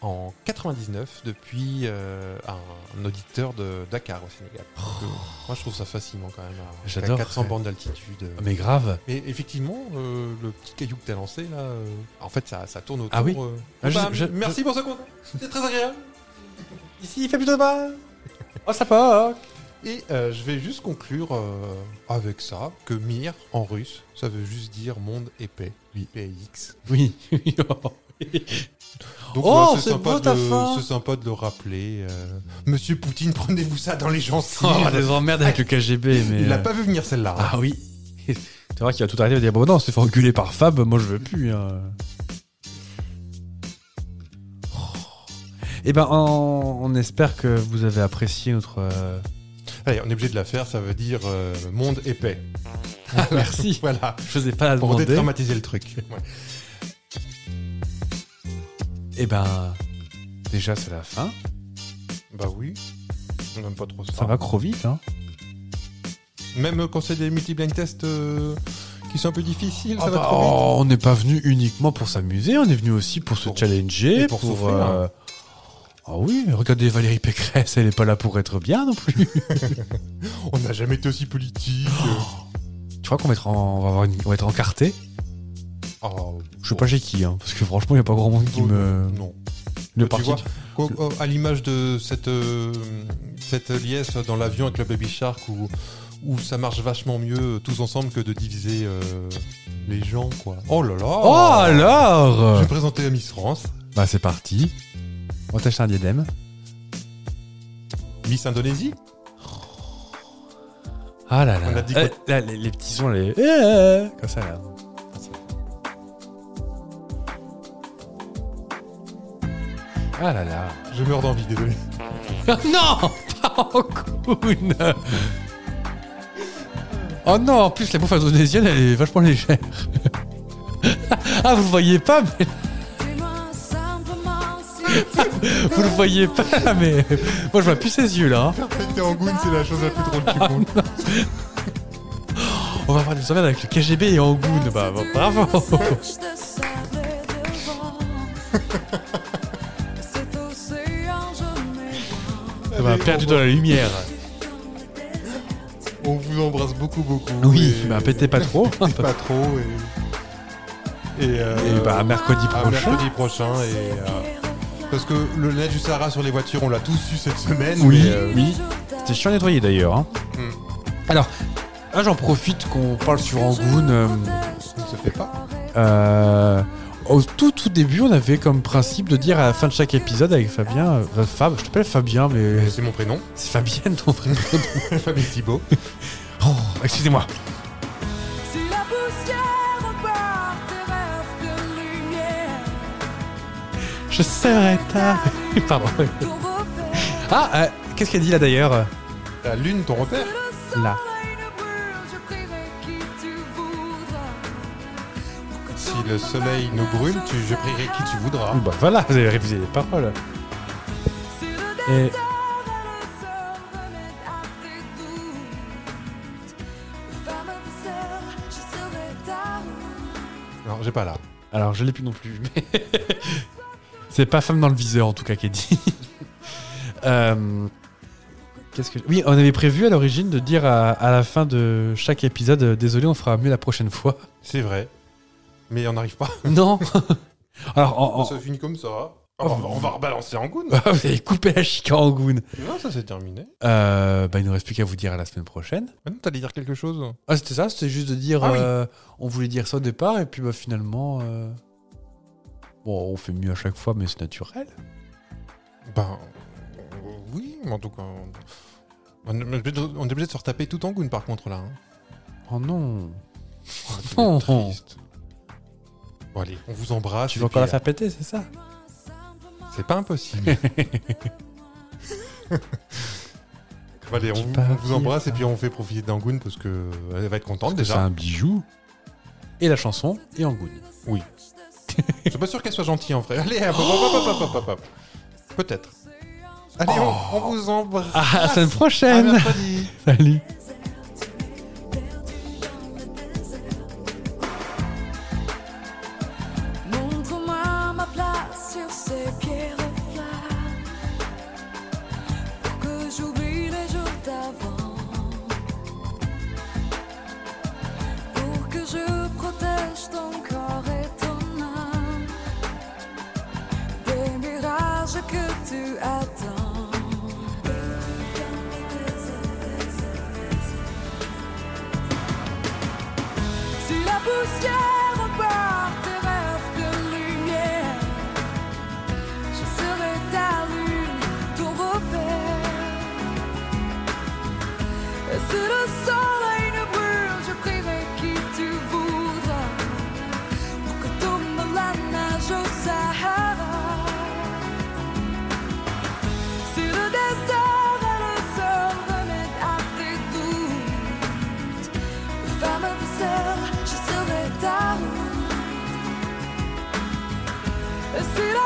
en 99 depuis euh, un, un auditeur de Dakar au Sénégal. Donc, euh, moi, je trouve ça fascinant quand même. à-
Oh. J'adore,
À 400
ouais.
bandes d'altitude. euh.
Mais grave.
Mais effectivement, euh, le petit caillou que t'as lancé là, euh, en fait, ça, ça tourne autour.
Ah oui.
euh,
Ah, je-
bah,
je-
merci pour ce compte. C'est très agréable.
Ici, il fait plutôt pas. Oh, ça pas.
Et euh, je vais juste conclure euh, avec ça que Mir en russe, ça veut juste dire monde épais. Oui, PX.
Oui.
Donc,
Oh,
ouais,
c'est beau, ta
de-
fin.
C'est sympa de le rappeler. euh, Monsieur Poutine, prenez-vous ça dans les gencives.
oh, des emmerdes avec le KGB, mais.
Il l'a
euh,
pas vu venir celle-là. hein.
Ah oui. C'est vrai qu'il va tout arrêter de dire bon bah non, c'est fait engueuler par Fab, moi je veux plus. hein. Eh ben, on, on espère que vous avez apprécié notre. euh,
Allez, on est obligé de la faire, ça veut dire euh, monde épais.
Ah, Merci.
Voilà.
Je faisais pas la
Pour
demander.
détraumatiser le truc. Ouais.
Eh ben, déjà c'est la fin.
Bah oui. On n'aime pas trop ça.
Ça va trop vite, hein.
Même quand c'est des multi-blind tests euh, qui sont un peu difficiles, ça
Ah
va
bah,
trop vite.
oh, on n'est pas venu uniquement pour s'amuser, on est venu aussi pour se
Pour-
challenger,
et pour souffrir,
euh, Ah oui, regardez Valérie Pécresse, elle est pas là pour être bien non plus. oh.
On n'a jamais été aussi politique.
tu crois qu'on va être en, on va avoir une- on va être encarté
Oh,
Je sais pas chez qui, hein, parce que franchement, il n'y a pas grand monde qui
oh,
me.
Non.
Le
Tu
parti.
vois, quoi- oh, à l'image de cette, euh, cette liesse dans l'avion avec le Baby Shark où, où ça marche vachement mieux euh, tous ensemble que de diviser euh, les gens, quoi. Oh là là
Oh
Je
alors
vais présenter la Miss France,
Bah c'est parti. On t'achète un diadème.
Miss Indonésie.
Ah là là.
On a dit quoi
Eh, là, les, les petits sons, les. Eh, eh, eh, Comme ça là. Ah là là.
Je meurs d'envie, désolé.
non Pas en coune Oh non, en plus la bouffe indonésienne elle est vachement légère. ah vous le voyez pas, mais vous le voyez pas, mais moi je vois plus ses yeux là. hein.
T'es en goon, c'est la chose la plus drôle du monde.
On va voir des sauvegardes avec le KGB et Angoon. Bah, bah, bravo Ça m'a
Allez,
perdu
on
dans la lumière.
On vous embrasse beaucoup, beaucoup.
Oui,
Et-
bah pétez pas trop.
Pétez pas trop. Et, et, euh,
Et bah, à mercredi
à
prochain.
mercredi prochain. Et, euh, parce que le lait du Sahara sur les voitures, on l'a tous eu cette semaine.
Oui,
mais, euh,
oui. C'était chiant à nettoyer d'ailleurs. hein.
Hmm.
Alors, là j'en profite qu'on parle sur Angoon. euh,
ça ne se fait pas.
euh, au tout tout début, on avait comme principe de dire à la fin de chaque épisode avec Fabien, euh, Fab, je t'appelle Fabien, mais
C'est mon prénom,
c'est Fabienne ton vrai nom.
Fabien Thibault.
Oh, excusez-moi.
Si la poussière repart, tes rêves de lumière,
Je serai ta. Ah, Pardon.
ton repère,
Ah, euh, qu'est-ce qu'elle dit là d'ailleurs
La lune, ton repère.
Là.
soleil ne brûle, je prierai qui tu voudras.
Si le soleil nous brûle, tu, je prierai qui tu voudras.
Bah voilà, vous avez révisé les paroles. Et
Non, j'ai pas là.
alors, je l'ai plus non plus. mais- c'est pas femme dans le viseur en tout cas qui est dit. Euh, Qu'est-ce que oui, on avait prévu à l'origine de dire à, à la fin de chaque épisode, euh, désolé, on fera mieux la prochaine fois.
C'est vrai. Mais on n'arrive pas.
Non. Alors, en-
On
en-
se finit comme ça. On va, on va rebalancer en goût.
Ah, vous avez coupé la chic à Angoun.
Non, ça c'est terminé.
Euh, bah, il nous reste plus qu'à vous dire à la semaine prochaine.
Maintenant, Ah t'allais dire quelque chose
Ah, c'était ça, c'était juste de dire.
Ah oui.
euh, on voulait dire ça au départ, et puis bah, finalement. euh, Bon, on fait mieux à chaque fois, mais c'est naturel.
Ben. euh, Oui, mais en tout cas. on- On est obligé de, on est obligé de se retaper tout en goût par contre là. hein.
Oh non.
c'est
non.
triste. Bon, allez, on vous embrasse.
Oh, Tu
et
veux encore la
puis,
faire péter, c'est ça
euh, C'est pas impossible. Bon, allez, on,
Dis
vous-
pas
on vous embrasse
vivre.
et puis on fait profiter d'Angoun parce que elle va être contente
C'est
déjà.
un bijou. Et la chanson, et Angoun.
Je suis pas sûr qu'elle soit gentille en vrai. Allez, hop, hop, hop, hop, hop, hop, hop. Peut-être. Allez, on- on, vous embrasse.
Ah, à la semaine
À
prochaine
mercredi.
Salut
Montre-moi ma place sur ces pierres flammes Pour que j'oublie les jours d'avant Pour que je protège ton corps et ton âme Des mirages que tu attends Si la poussière repart, tes rêves de lumière, je serai ta lune, ton repère. Et si le soleil ne brûle, je prierai qui tu voudras pour que tombe la neige au Sahara. Si le désert et le sol remettent à tes doutes, Femme de sœur, je serai ta route. Et si le